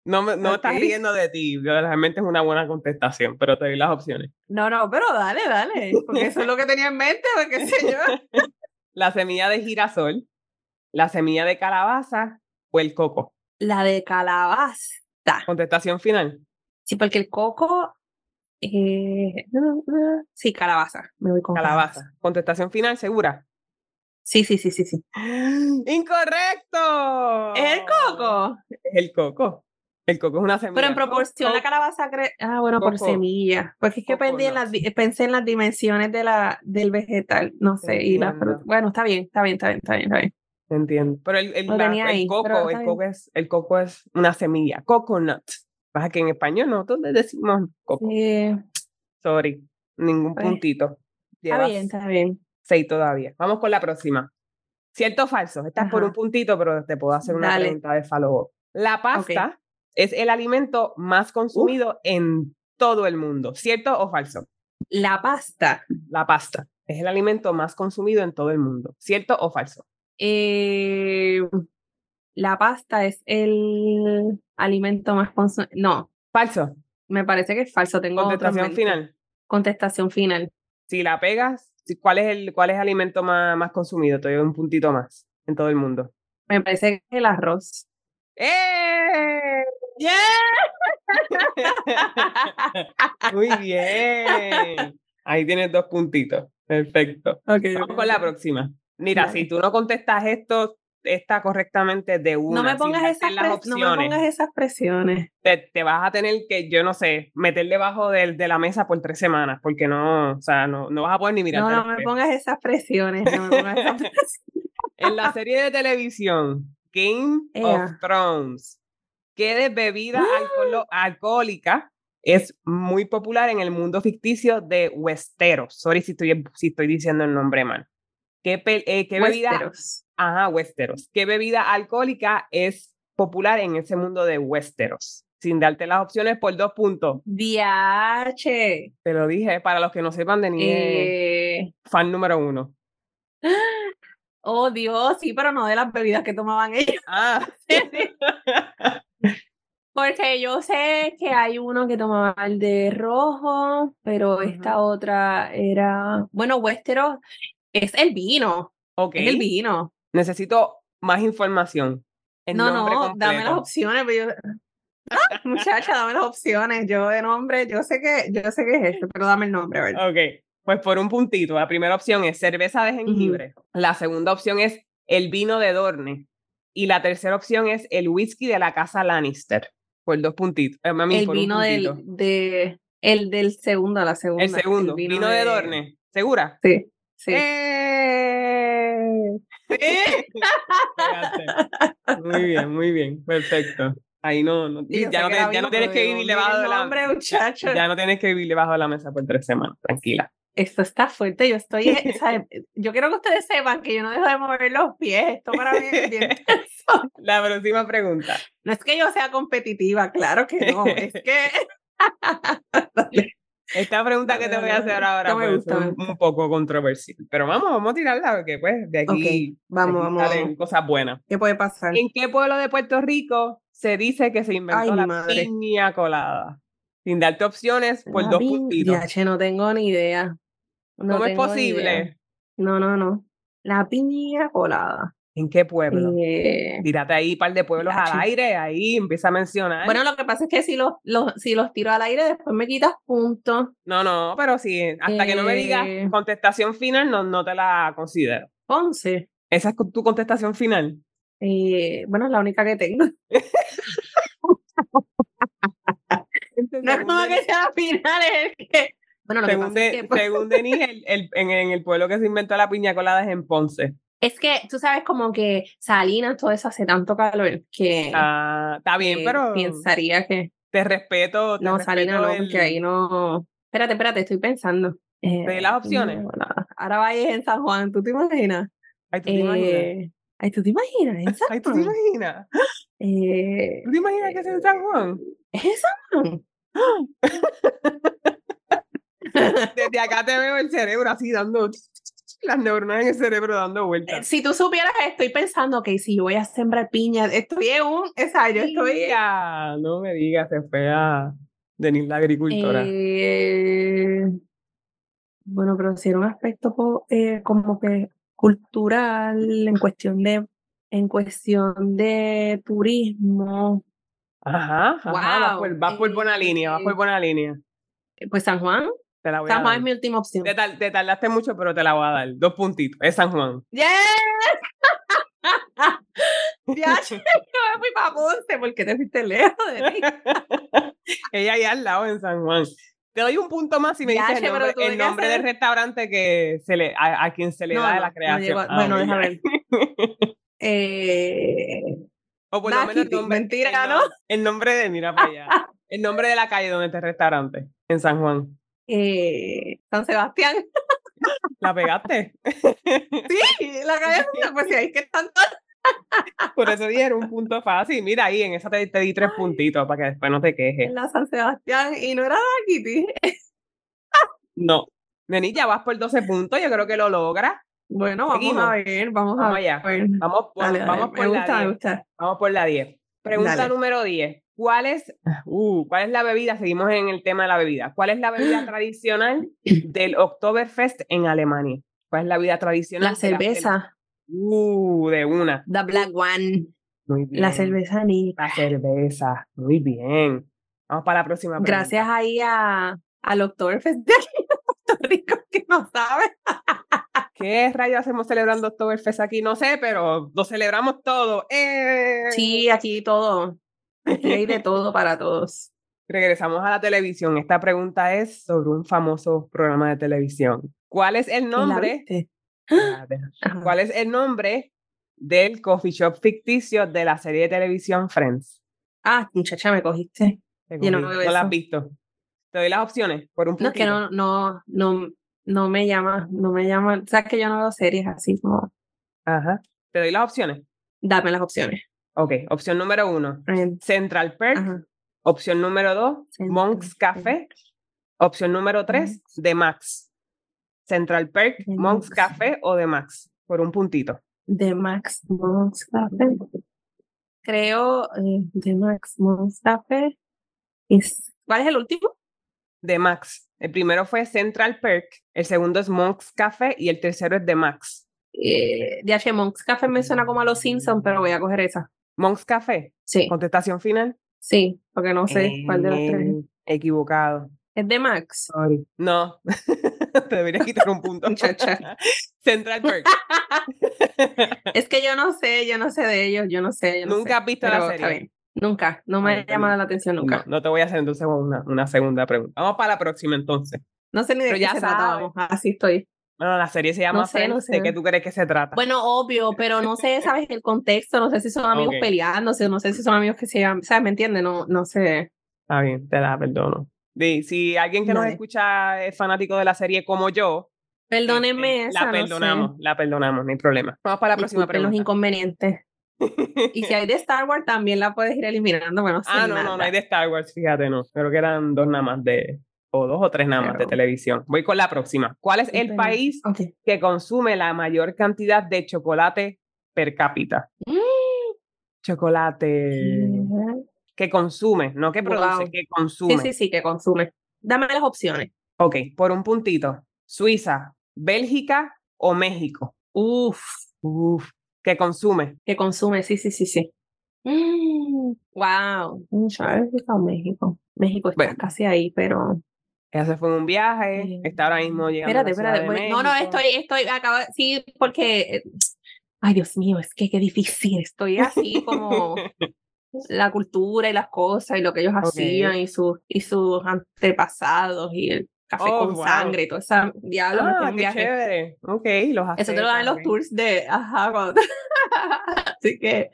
Speaker 2: No, me- no estás
Speaker 1: Ok.
Speaker 2: riendo de ti. Realmente es una buena contestación, pero te doy las opciones.
Speaker 1: No, no, pero dale, dale, porque eso es lo que tenía en mente, porque qué sé yo.
Speaker 2: La semilla de girasol, la semilla de calabaza o el coco.
Speaker 1: La de calabaza.
Speaker 2: Contestación final.
Speaker 1: Sí, porque el coco. eh, no, no, Sí, calabaza. Me voy con
Speaker 2: Calabaza. Contestación final, segura.
Speaker 1: Sí, sí, sí, sí, sí.
Speaker 2: ¡Incorrecto!
Speaker 1: ¿Es el coco?
Speaker 2: Es el coco. El coco es una semilla.
Speaker 1: Pero en proporción la
Speaker 2: Coco.
Speaker 1: calabaza cre- Ah, bueno, por
Speaker 2: Coco.
Speaker 1: semilla. Porque es que
Speaker 2: Coco,
Speaker 1: perdí en
Speaker 2: no.
Speaker 1: las di- pensé en las dimensiones de la, del vegetal. No sé. Y la
Speaker 2: Entiendo.
Speaker 1: fruta. Bueno, está bien, está bien, está bien, está bien, está bien.
Speaker 2: Entiendo. Pero el, el,
Speaker 1: Lo
Speaker 2: la-
Speaker 1: tenía
Speaker 2: el
Speaker 1: ahí, pero
Speaker 2: coco,
Speaker 1: está
Speaker 2: el coco, es, el coco es una semilla, coconut. Pasa que en español nosotros le decimos coco.
Speaker 1: Eh,
Speaker 2: Sorry, ningún
Speaker 1: Pues,
Speaker 2: puntito.
Speaker 1: está
Speaker 2: Llevas
Speaker 1: bien, está bien.
Speaker 2: seis todavía. Vamos con la próxima. Cierto o falso. Estás por
Speaker 1: Ajá.
Speaker 2: un puntito, pero te puedo hacer una
Speaker 1: Dale.
Speaker 2: pregunta de follow La pasta es el alimento más consumido en todo el mundo. ¿Cierto o falso?
Speaker 1: La pasta.
Speaker 2: La pasta es el alimento más consumido en todo el mundo. ¿Cierto o falso?
Speaker 1: eh, la pasta es el alimento más consumido. No,
Speaker 2: Falso.
Speaker 1: me parece que es falso. Tengo otro en
Speaker 2: Contestación
Speaker 1: mente.
Speaker 2: final.
Speaker 1: Contestación final.
Speaker 2: si la pegas, si- ¿cuál es el, cuál es el alimento más, más consumido? Te doy un puntito más en todo el mundo.
Speaker 1: Me parece que el arroz.
Speaker 2: ¡Eh! Muy bien. Ahí tienes dos puntitos. Perfecto. Vamos con la próxima. Mira,
Speaker 1: Dale.
Speaker 2: si tú no contestas esto, está correctamente de una.
Speaker 1: No me,
Speaker 2: sin
Speaker 1: pongas
Speaker 2: darte
Speaker 1: esas
Speaker 2: las
Speaker 1: pres- no me
Speaker 2: opciones,
Speaker 1: pongas e-, esas presiones.
Speaker 2: Te, te vas a tener que, yo no sé, meter debajo del- de la mesa por tres semanas, porque no, o sea, no, no vas a poder ni mirar.
Speaker 1: No, no me pongas esas presiones. No me pongas esas presiones.
Speaker 2: En la serie de televisión Game
Speaker 1: Ea.
Speaker 2: of Thrones, que de bebida
Speaker 1: Ah.
Speaker 2: alcoholo- alcohólica es muy popular en el mundo ficticio de Westeros. Sorry si estoy, si estoy diciendo el nombre mal. ¿Qué, pe- eh, qué bebida?
Speaker 1: Westeros.
Speaker 2: Ajá, Westeros. ¿Qué bebida alcohólica es popular en ese mundo de Westeros? Sin darte las opciones por dos puntos.
Speaker 1: Viache.
Speaker 2: Te lo dije, para los que no sepan de ni es
Speaker 1: Eh,
Speaker 2: fan número uno.
Speaker 1: oh, Dios, sí, pero no de las bebidas que tomaban ellos.
Speaker 2: Ah,
Speaker 1: Porque yo sé que hay uno que tomaba el de rojo, pero esta otra era. Bueno, Westeros es el vino.
Speaker 2: Ok.
Speaker 1: Es el vino.
Speaker 2: Necesito más información. El
Speaker 1: no,
Speaker 2: nombre
Speaker 1: no, dame
Speaker 2: completo.
Speaker 1: las opciones. Pero yo... Ah, muchacha, dame las opciones. Yo de nombre, yo sé que, yo sé que es este, pero dame el nombre, a ver.
Speaker 2: Ok, pues por un puntito. La primera opción es cerveza de jengibre. La segunda opción es el vino de Dorne. Y la tercera opción es el whisky de la casa Lannister. Por dos puntitos. Eh, mami,
Speaker 1: el
Speaker 2: por un
Speaker 1: vino del,
Speaker 2: puntito.
Speaker 1: de, el del segundo, la segunda.
Speaker 2: El segundo, vino, de... Dorne. ¿Segura?
Speaker 1: Sí, sí.
Speaker 2: ¡Eh! ¡Sí! Pegaste. muy bien, muy bien. Perfecto. Ahí no, no-
Speaker 1: Sí, yo
Speaker 2: ya,
Speaker 1: sé
Speaker 2: no,
Speaker 1: que
Speaker 2: te-
Speaker 1: era
Speaker 2: ya no
Speaker 1: vino,
Speaker 2: tienes que
Speaker 1: pero
Speaker 2: vivir
Speaker 1: yo no
Speaker 2: debajo
Speaker 1: vi
Speaker 2: de
Speaker 1: el
Speaker 2: la
Speaker 1: nombre, muchacho.
Speaker 2: Ya no tienes que vivir debajo de la mesa por tres semanas. Tranquila.
Speaker 1: Esto está fuerte, yo estoy, eh, sabe, yo quiero que ustedes sepan que yo no dejo de mover los pies, esto para mí es bien tenso.
Speaker 2: La próxima pregunta.
Speaker 1: No es que yo sea competitiva, claro que no, es que
Speaker 2: Esta pregunta que te voy a hacer ahora
Speaker 1: No me
Speaker 2: pues,
Speaker 1: gusta,
Speaker 2: es
Speaker 1: me
Speaker 2: un, un poco controversial, pero vamos, vamos a tirarla porque pues de aquí,
Speaker 1: Ok, vamos,
Speaker 2: de aquí
Speaker 1: vamos,
Speaker 2: salen
Speaker 1: vamos.
Speaker 2: cosas buenas.
Speaker 1: ¿Qué puede pasar?
Speaker 2: ¿En qué pueblo de Puerto Rico se dice que se inventó
Speaker 1: Ay, mi
Speaker 2: la
Speaker 1: madre.
Speaker 2: piña colada? Sin darte opciones por
Speaker 1: Ah,
Speaker 2: Pues dos
Speaker 1: bien,
Speaker 2: puntitos.
Speaker 1: ya, che, no tengo ni idea. No
Speaker 2: ¿Cómo es
Speaker 1: tengo ni idea.
Speaker 2: posible?
Speaker 1: No, no, no. La piña colada.
Speaker 2: ¿En qué pueblo?
Speaker 1: Eh,
Speaker 2: Tírate ahí un par de pueblos
Speaker 1: Ya,
Speaker 2: al
Speaker 1: chico.
Speaker 2: aire, ahí empieza a mencionar.
Speaker 1: Bueno, lo que pasa es que si los, los, si los tiro al aire, después me quitas puntos.
Speaker 2: no, no, pero sí, hasta que no me digas
Speaker 1: Eh.
Speaker 2: contestación final, no, no te la considero.
Speaker 1: Ponce.
Speaker 2: ¿Esa es tu contestación final?
Speaker 1: Eh, bueno, es la única que tengo. No es como que sea la final, es el que. Bueno, lo que
Speaker 2: Según,
Speaker 1: pasa es
Speaker 2: de,
Speaker 1: que, pues,
Speaker 2: según Denise, el- el- en, en el pueblo que se inventó la piña colada es en Ponce.
Speaker 1: es que tú sabes como que Salinas, todo eso hace tanto calor que,
Speaker 2: Ah, está bien,
Speaker 1: que
Speaker 2: pero
Speaker 1: pensaría que.
Speaker 2: te respeto.
Speaker 1: Eh,
Speaker 2: Te
Speaker 1: No,
Speaker 2: respeto
Speaker 1: Salinas no,
Speaker 2: el-
Speaker 1: porque ahí no. Espérate, espérate, estoy pensando. Eh,
Speaker 2: Te di las opciones.
Speaker 1: no, nada. Ahora vayas en San Juan, ¿tú te imaginas?
Speaker 2: Ay, ¿tú te imaginas?
Speaker 1: Eh, ay, ¿tú te imaginas? En San
Speaker 2: Ay, ¿tú te
Speaker 1: Juan?
Speaker 2: imaginas?
Speaker 1: Eh,
Speaker 2: ¿Tú te imaginas que es en San Juan?
Speaker 1: ¿Es en San Juan?
Speaker 2: Desde acá te veo el cerebro así dando... Las neuronas en el cerebro dando
Speaker 1: Eh,
Speaker 2: vueltas.
Speaker 1: Si tú supieras, estoy pensando que si yo voy a sembrar piñas, estoy en un. Esa, yo estoy.
Speaker 2: Ya, no me digas, se fue a Denise la agricultora.
Speaker 1: Eh, bueno, pero si era un aspecto po- eh, como que cultural, en cuestión de, en cuestión de turismo,
Speaker 2: Ajá, ajá, vas,
Speaker 1: Wow,
Speaker 2: por, vas por buena
Speaker 1: eh,
Speaker 2: línea, vas por buena línea.
Speaker 1: eh, pues San Juan,
Speaker 2: Te la voy a
Speaker 1: San
Speaker 2: dar.
Speaker 1: Juan es mi última opción.
Speaker 2: Te, tar- te tardaste mucho, pero te la voy a dar. Dos puntitos. Es San Juan.
Speaker 1: ¡Yes! ya, yo me fui para Ponce porque te fuiste lejos de mí.
Speaker 2: Ella ahí al lado en San Juan. Te doy un punto más y me
Speaker 1: Ya,
Speaker 2: dices
Speaker 1: che,
Speaker 2: el
Speaker 1: pero
Speaker 2: nombre,
Speaker 1: tú
Speaker 2: el
Speaker 1: de qué
Speaker 2: nombre del
Speaker 1: hacer.
Speaker 2: restaurante que se le, a, a quien se le
Speaker 1: No,
Speaker 2: da
Speaker 1: no,
Speaker 2: la
Speaker 1: no llego
Speaker 2: creación.
Speaker 1: a-
Speaker 2: Ah,
Speaker 1: bueno,
Speaker 2: ok,
Speaker 1: déjame
Speaker 2: ya.
Speaker 1: ver. Eh,
Speaker 2: O por lo menos el
Speaker 1: Nakiti,
Speaker 2: nombre.
Speaker 1: mentira,
Speaker 2: el
Speaker 1: ¿no?
Speaker 2: nom- El nombre de, mira para allá. El nombre de la calle donde está el restaurante, en San Juan.
Speaker 1: eh, San Sebastián.
Speaker 2: ¿La pegaste?
Speaker 1: Sí, la calle Santa, pues si ahí que están todas.
Speaker 2: Por eso dije, era un punto fácil. Mira ahí, en esa te, te di tres puntitos para que después no te quejes.
Speaker 1: en la San Sebastián y no era la Kitty.
Speaker 2: No. Denis, ya vas por 12 puntos. Yo creo que lo logras.
Speaker 1: Bueno, vamos
Speaker 2: Seguimos.
Speaker 1: a ver, vamos a
Speaker 2: Vamos
Speaker 1: ver. Pues,
Speaker 2: allá. Vamos por,
Speaker 1: Dale, dale,
Speaker 2: vamos
Speaker 1: me
Speaker 2: por la
Speaker 1: gusta, me
Speaker 2: 10.
Speaker 1: gusta.
Speaker 2: Vamos por la 10. Pregunta
Speaker 1: Dale. Ah.
Speaker 2: número 10. ¿Cuál es, uh, ¿Cuál es la bebida? Seguimos en el tema de la bebida. ¿Cuál es la bebida tradicional del Oktoberfest en Alemania? ¿Cuál es la bebida tradicional?
Speaker 1: La
Speaker 2: de la- del-
Speaker 1: cerveza,
Speaker 2: uh, de una.
Speaker 1: The Black One,
Speaker 2: Muy bien.
Speaker 1: la cerveza ni.
Speaker 2: La cerveza. Muy bien. Vamos para la próxima. pregunta.
Speaker 1: Gracias ahí a, al Oktoberfest de aquí de Puerto Rico que no sabe.
Speaker 2: ¿Qué rayos hacemos celebrando Oktoberfest aquí? No sé, pero lo celebramos todo. ¡Eh!
Speaker 1: Sí, aquí todo. Aquí hay de todo para todos.
Speaker 2: Regresamos a la televisión. Esta pregunta es sobre un famoso programa de televisión. ¿Cuál es el
Speaker 1: ¿La
Speaker 2: nombre? Ah,
Speaker 1: viste?
Speaker 2: Espérate.
Speaker 1: Ajá.
Speaker 2: ¿Cuál es el nombre del coffee shop ficticio de la serie de televisión Friends?
Speaker 1: Ah, muchacha, me cogiste.
Speaker 2: Te
Speaker 1: Yo no
Speaker 2: confío,
Speaker 1: veo
Speaker 2: la has
Speaker 1: eso.
Speaker 2: visto. Te doy las opciones por un
Speaker 1: No, es que
Speaker 2: puntito.
Speaker 1: no, no, no, no me llama, no me llama. O sea, que yo no veo series así como.
Speaker 2: Ajá. Te doy las opciones.
Speaker 1: Dame las opciones.
Speaker 2: Ok, opción número uno,
Speaker 1: Eh,
Speaker 2: Central Perk.
Speaker 1: Ajá.
Speaker 2: Opción número dos,
Speaker 1: Central
Speaker 2: Monk's
Speaker 1: Perk.
Speaker 2: Café. Opción número tres, The Max. Central Perk,
Speaker 1: The Max.
Speaker 2: Monk's Café o The Max, por un puntito.
Speaker 1: de Max Mox Café. creo, eh, de Max Mustafa. Es, ¿Cuál es el último?
Speaker 2: De Max. El primero fue Central Perk, el segundo es Monk's Café y el tercero es de Max.
Speaker 1: Eh, DH Monk's Café me suena como a los Simpsons, pero voy a coger esa.
Speaker 2: Monk's Café.
Speaker 1: Sí,
Speaker 2: Contestación final.
Speaker 1: sí, porque no sé cuál de las tres. es.
Speaker 2: Eh, Equivocado.
Speaker 1: Es de Max.
Speaker 2: Sorry. No. Te debería quitar un punto.
Speaker 1: Muchacha.
Speaker 2: Central Perk.
Speaker 1: Es que yo no sé, yo no sé de ellos, yo no sé. yo no
Speaker 2: Nunca has
Speaker 1: sé,
Speaker 2: visto
Speaker 1: pero
Speaker 2: la
Speaker 1: está
Speaker 2: serie.
Speaker 1: bien. Nunca, no me
Speaker 2: Ah,
Speaker 1: ha llamado la atención nunca.
Speaker 2: No, no te voy a hacer entonces una, una segunda pregunta. Vamos para la próxima entonces.
Speaker 1: No sé ni de
Speaker 2: Pero
Speaker 1: qué
Speaker 2: ya
Speaker 1: se trata,
Speaker 2: sabes.
Speaker 1: vamos, así estoy.
Speaker 2: Bueno, la serie se llama
Speaker 1: No sé, no
Speaker 2: Friends,
Speaker 1: sé.
Speaker 2: ¿De qué tú crees que se trata?
Speaker 1: Bueno, obvio, pero no sé, sabes, el contexto, no sé si son amigos
Speaker 2: Ok.
Speaker 1: peleándose, no sé si son amigos que se llaman, ¿sabes? ¿Me entiendes? No, no sé.
Speaker 2: Está bien, te la perdono. Di, si alguien que nos
Speaker 1: Vale.
Speaker 2: escucha es fanático de la serie como yo,
Speaker 1: Perdónenme
Speaker 2: este,
Speaker 1: esa,
Speaker 2: la
Speaker 1: no sé.
Speaker 2: perdonamos, la perdonamos, no hay problema. Vamos para la próxima
Speaker 1: Disculpen los
Speaker 2: pregunta.
Speaker 1: inconvenientes. Y si hay de Star Wars, también la puedes ir eliminando, bueno,
Speaker 2: ah,
Speaker 1: sin
Speaker 2: no, no, no
Speaker 1: nada.
Speaker 2: hay de Star Wars, fíjate, no. Creo que eran dos nada más de, o dos o tres nada más de
Speaker 1: Pero-
Speaker 2: televisión. Voy con la próxima. ¿Cuál es
Speaker 1: Sin
Speaker 2: el
Speaker 1: pena.
Speaker 2: país
Speaker 1: Ok.
Speaker 2: que consume la mayor cantidad de chocolate per cápita?
Speaker 1: Eh,
Speaker 2: Chocolate. que consume, no que produce,
Speaker 1: Mm. Wow.
Speaker 2: que
Speaker 1: Sí,
Speaker 2: consume.
Speaker 1: sí, sí, que consume. Dame las opciones.
Speaker 2: Ok, por un puntito. Suiza, Bélgica o México.
Speaker 1: Uf,
Speaker 2: Uf, que consume.
Speaker 1: que consume, sí, sí, sí, sí. Mm, wow, Bélgica o México. México está
Speaker 2: Bueno.
Speaker 1: casi ahí, pero.
Speaker 2: Ella se fue en un viaje,
Speaker 1: Eh,
Speaker 2: está ahora mismo llegando. a la
Speaker 1: Espérate, espérate.
Speaker 2: Ciudad de
Speaker 1: voy- No, no,
Speaker 2: México.
Speaker 1: estoy, estoy, acabo, sí, porque. eh, Ay, Dios mío, es que qué difícil. Estoy así como la cultura y las cosas y lo que ellos hacían y sus, y sus antepasados y el café
Speaker 2: Oh,
Speaker 1: con
Speaker 2: wow.
Speaker 1: sangre y todo esa diablo. me fui
Speaker 2: Ah,
Speaker 1: en
Speaker 2: qué
Speaker 1: viaje.
Speaker 2: chévere. Ok, los
Speaker 1: Eso te lo dan en los
Speaker 2: aztecas,
Speaker 1: tours de. Ajá, cuando- Así que.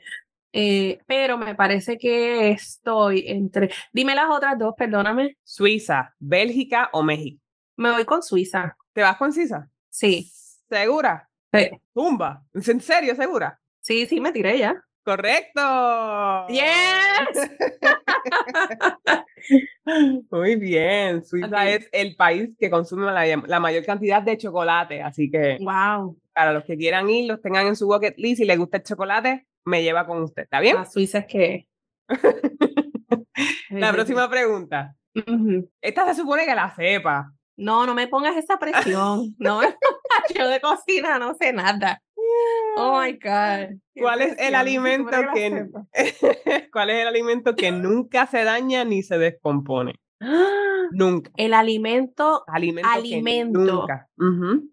Speaker 1: eh, pero me parece que estoy entre. Dime las otras dos, perdóname.
Speaker 2: Suiza, Bélgica o México.
Speaker 1: Me voy con Suiza.
Speaker 2: ¿Te vas con Suiza?
Speaker 1: Sí.
Speaker 2: ¿Segura?
Speaker 1: Sí.
Speaker 2: Tumba. ¿En serio, segura?
Speaker 1: Sí, sí, me tiré ya.
Speaker 2: Correcto.
Speaker 1: ¡Yes!
Speaker 2: Muy bien, Suiza
Speaker 1: Ok.
Speaker 2: es el país que consume la, la mayor cantidad de chocolate, así que
Speaker 1: ¡Wow!
Speaker 2: para los que quieran ir, los tengan en su bucket list, si les gusta el chocolate, me lleva con usted, ¿está bien?
Speaker 1: La Suiza es que.
Speaker 2: La próxima pregunta.
Speaker 1: Ujú.
Speaker 2: Esta se supone que la sepa.
Speaker 1: No, no me pongas esa presión. No, yo de cocina no sé nada. Oh my God. Qué
Speaker 2: ¿Cuál es el
Speaker 1: presión, se
Speaker 2: alimento
Speaker 1: supone la
Speaker 2: que-
Speaker 1: sepa.
Speaker 2: ¿Cuál es el alimento que nunca se daña ni se descompone?
Speaker 1: ¡Ah!
Speaker 2: Nunca.
Speaker 1: El alimento
Speaker 2: Alimento. que
Speaker 1: Alimento.
Speaker 2: nunca. Ujú.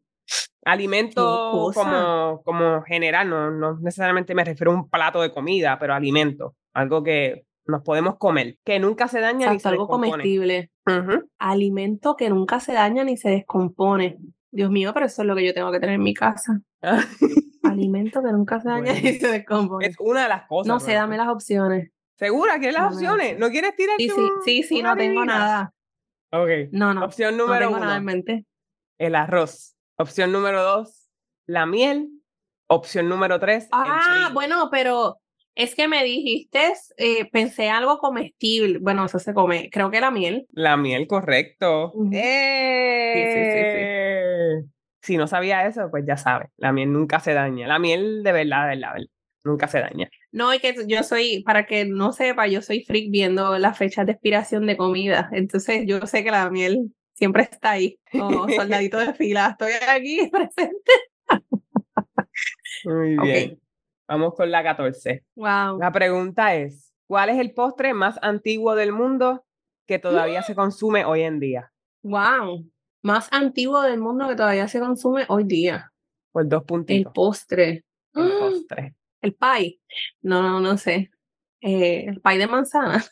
Speaker 2: Alimento
Speaker 1: Qué cosa.
Speaker 2: como, como general, no, no necesariamente me refiero a un plato de comida, pero alimento, algo que nos podemos comer, que nunca se daña ni
Speaker 1: Exacto,
Speaker 2: Ah, se
Speaker 1: algo
Speaker 2: descompone.
Speaker 1: comestible.
Speaker 2: Ujú.
Speaker 1: Alimento que nunca se daña ni se descompone. Dios mío, pero eso es lo que yo tengo que tener en mi casa. Alimento que nunca se daña ni
Speaker 2: Bueno.
Speaker 1: se descompone.
Speaker 2: Es una de las cosas.
Speaker 1: no sé,
Speaker 2: pero-
Speaker 1: dame las opciones.
Speaker 2: ¿Segura? ¿Quieres las
Speaker 1: Dame
Speaker 2: opciones?
Speaker 1: opciones.
Speaker 2: ¿No quieres tirar
Speaker 1: Sí, sí, sí, sí, no tengo nada.
Speaker 2: Ok.
Speaker 1: No, no,
Speaker 2: Opción
Speaker 1: no
Speaker 2: número
Speaker 1: tengo nada en
Speaker 2: uno,
Speaker 1: mente.
Speaker 2: el arroz. Opción número dos, la miel. Opción número tres, el
Speaker 1: Ah,
Speaker 2: trigo.
Speaker 1: bueno, pero es que me dijiste, eh, pensé algo comestible. Bueno, eso se come, creo que la miel.
Speaker 2: La miel, correcto.
Speaker 1: Ujú. Sí, sí, sí, sí.
Speaker 2: ¡Eh! Si no sabía eso, pues ya sabes. La miel nunca se daña. La miel, de verdad, de verdad, de verdad, nunca se daña.
Speaker 1: No, y que yo soy, para que no sepa, yo soy freak viendo las fechas de expiración de comida. Entonces yo sé que la miel siempre está ahí, como soldadito de fila. Estoy aquí presente.
Speaker 2: Muy
Speaker 1: Ok.
Speaker 2: bien. Vamos con la 14.
Speaker 1: Wow.
Speaker 2: La pregunta es, ¿cuál es el postre más antiguo del mundo que todavía se consume hoy en día?
Speaker 1: Wow. Más antiguo del mundo que todavía se consume hoy día.
Speaker 2: Por dos
Speaker 1: El
Speaker 2: puntitos.
Speaker 1: postre.
Speaker 2: El
Speaker 1: ¡Ah!
Speaker 2: postre.
Speaker 1: El pie. No, no, no sé. Eh, el pie de manzana.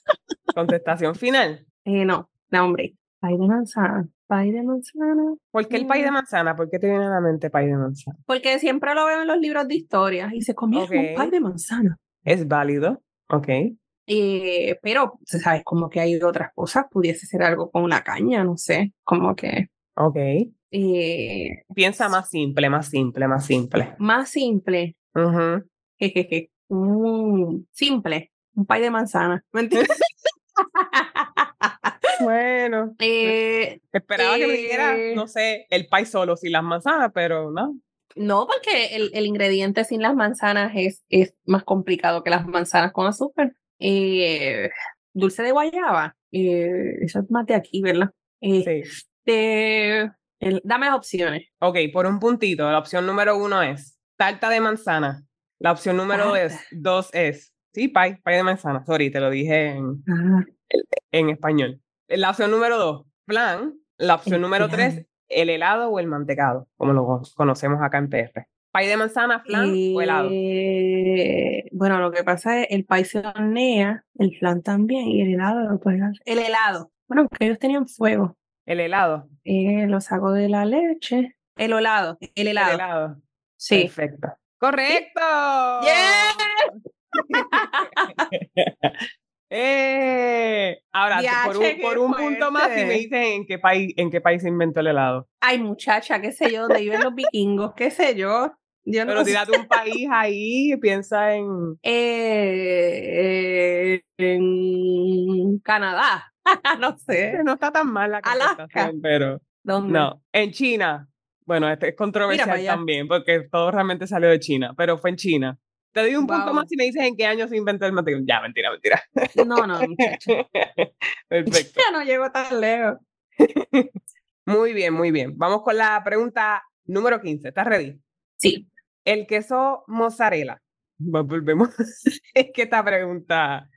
Speaker 2: Contestación final.
Speaker 1: Eh, no, no, hombre. Pie de manzana. Pie de manzana.
Speaker 2: ¿Por qué el pay de
Speaker 1: Mm.
Speaker 2: manzana? ¿Por qué te viene a la mente pay de manzana?
Speaker 1: Porque siempre lo veo en los libros de historia y se comía
Speaker 2: Ok.
Speaker 1: un pie de manzana.
Speaker 2: Es válido. Ok.
Speaker 1: Eh, pero, ¿sabes? Como que hay otras cosas, pudiese ser algo con una caña, no sé, como que
Speaker 2: Ok.
Speaker 1: eh,
Speaker 2: Piensa más simple, más simple, más simple.
Speaker 1: más simple,
Speaker 2: Ujú.
Speaker 1: jejeje, Mm, simple, un pay de manzana, mentira.
Speaker 2: Bueno,
Speaker 1: Eh,
Speaker 2: esperaba que me dijera,
Speaker 1: Eh.
Speaker 2: no sé, el pay solo sin las manzanas, pero no.
Speaker 1: No, porque el, el ingrediente sin las manzanas es, es más complicado que las manzanas con azúcar. Eh, dulce de guayaba, eh, eso es más de aquí, ¿verdad? Eh,
Speaker 2: Sí.
Speaker 1: de- el- dame las opciones.
Speaker 2: Ok, por un puntito, la opción número uno es tarta de manzana. La opción número
Speaker 1: Tarta.
Speaker 2: es- dos es, sí, pie, pie de manzana, sorry, te lo dije en,
Speaker 1: Ah,
Speaker 2: en español. La opción número dos, flan. La opción
Speaker 1: El
Speaker 2: número tres,
Speaker 1: flan.
Speaker 2: el helado o el mantecado, como lo cono- conocemos acá en PR. Pie de manzana, flan o helado.
Speaker 1: Eh, bueno, lo que pasa es el país se hornea, el flan también y el helado. lo puedes hacer- El helado. Bueno, porque ellos tenían fuego.
Speaker 2: El helado.
Speaker 1: Eh, lo saco de la leche. El helado, el
Speaker 2: El
Speaker 1: helado.
Speaker 2: helado.
Speaker 1: Sí.
Speaker 2: Perfecto. ¡Correcto!
Speaker 1: Yeah.
Speaker 2: ¡Eh! Ahora, te-
Speaker 1: Diache,
Speaker 2: por un,
Speaker 1: qué
Speaker 2: por un punto más y me
Speaker 1: fuerte.
Speaker 2: dicen en qué país, en qué país se inventó el helado.
Speaker 1: Ay, muchacha, qué sé yo, dónde viven los vikingos, qué sé yo. Yo no
Speaker 2: Pero
Speaker 1: sé.
Speaker 2: tírate un país ahí y piensa en.
Speaker 1: Eh, eh, en Canadá. no sé.
Speaker 2: No está tan mal la
Speaker 1: Alaska.
Speaker 2: contestación, pero.
Speaker 1: ¿Dónde?
Speaker 2: No, en China. Bueno, este es
Speaker 1: para
Speaker 2: controversial
Speaker 1: allá.
Speaker 2: también, porque todo realmente salió de China, pero fue en China. Te doy un punto
Speaker 1: Wow.
Speaker 2: más y me dices en qué año se inventó el material. Ya, mentira, mentira.
Speaker 1: No, no, muchacha.
Speaker 2: Perfecto.
Speaker 1: Ya no llego tan lejos.
Speaker 2: Muy bien, muy bien. Vamos con la pregunta número 15. ¿Estás ready?
Speaker 1: Sí.
Speaker 2: El queso mozzarella. Va- Volvemos. es que esta pregunta.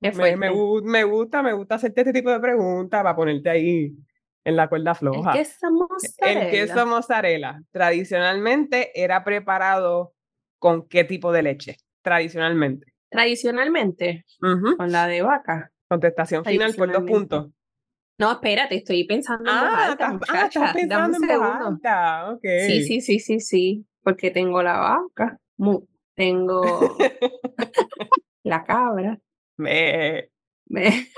Speaker 1: ¿Qué
Speaker 2: Me,
Speaker 1: fue?
Speaker 2: me gu- me gusta, me gusta hacerte este tipo de preguntas para ponerte ahí en la cuerda floja.
Speaker 1: El queso mozzarella.
Speaker 2: El queso mozzarella tradicionalmente era preparado con qué tipo de leche, tradicionalmente.
Speaker 1: Tradicionalmente,
Speaker 2: Ujú.
Speaker 1: con la de vaca.
Speaker 2: Contestación final por dos
Speaker 1: Tradicionalmente.
Speaker 2: puntos.
Speaker 1: No, espérate, estoy pensando en voz
Speaker 2: Ah,
Speaker 1: alta,
Speaker 2: estás, ah,
Speaker 1: muchacha.
Speaker 2: estás
Speaker 1: Dame
Speaker 2: pensando
Speaker 1: un
Speaker 2: en voz
Speaker 1: segundo.
Speaker 2: alta, ok.
Speaker 1: Sí, sí, sí, sí, sí, porque tengo la vaca, mu- tengo la cabra,
Speaker 2: Me-
Speaker 1: me-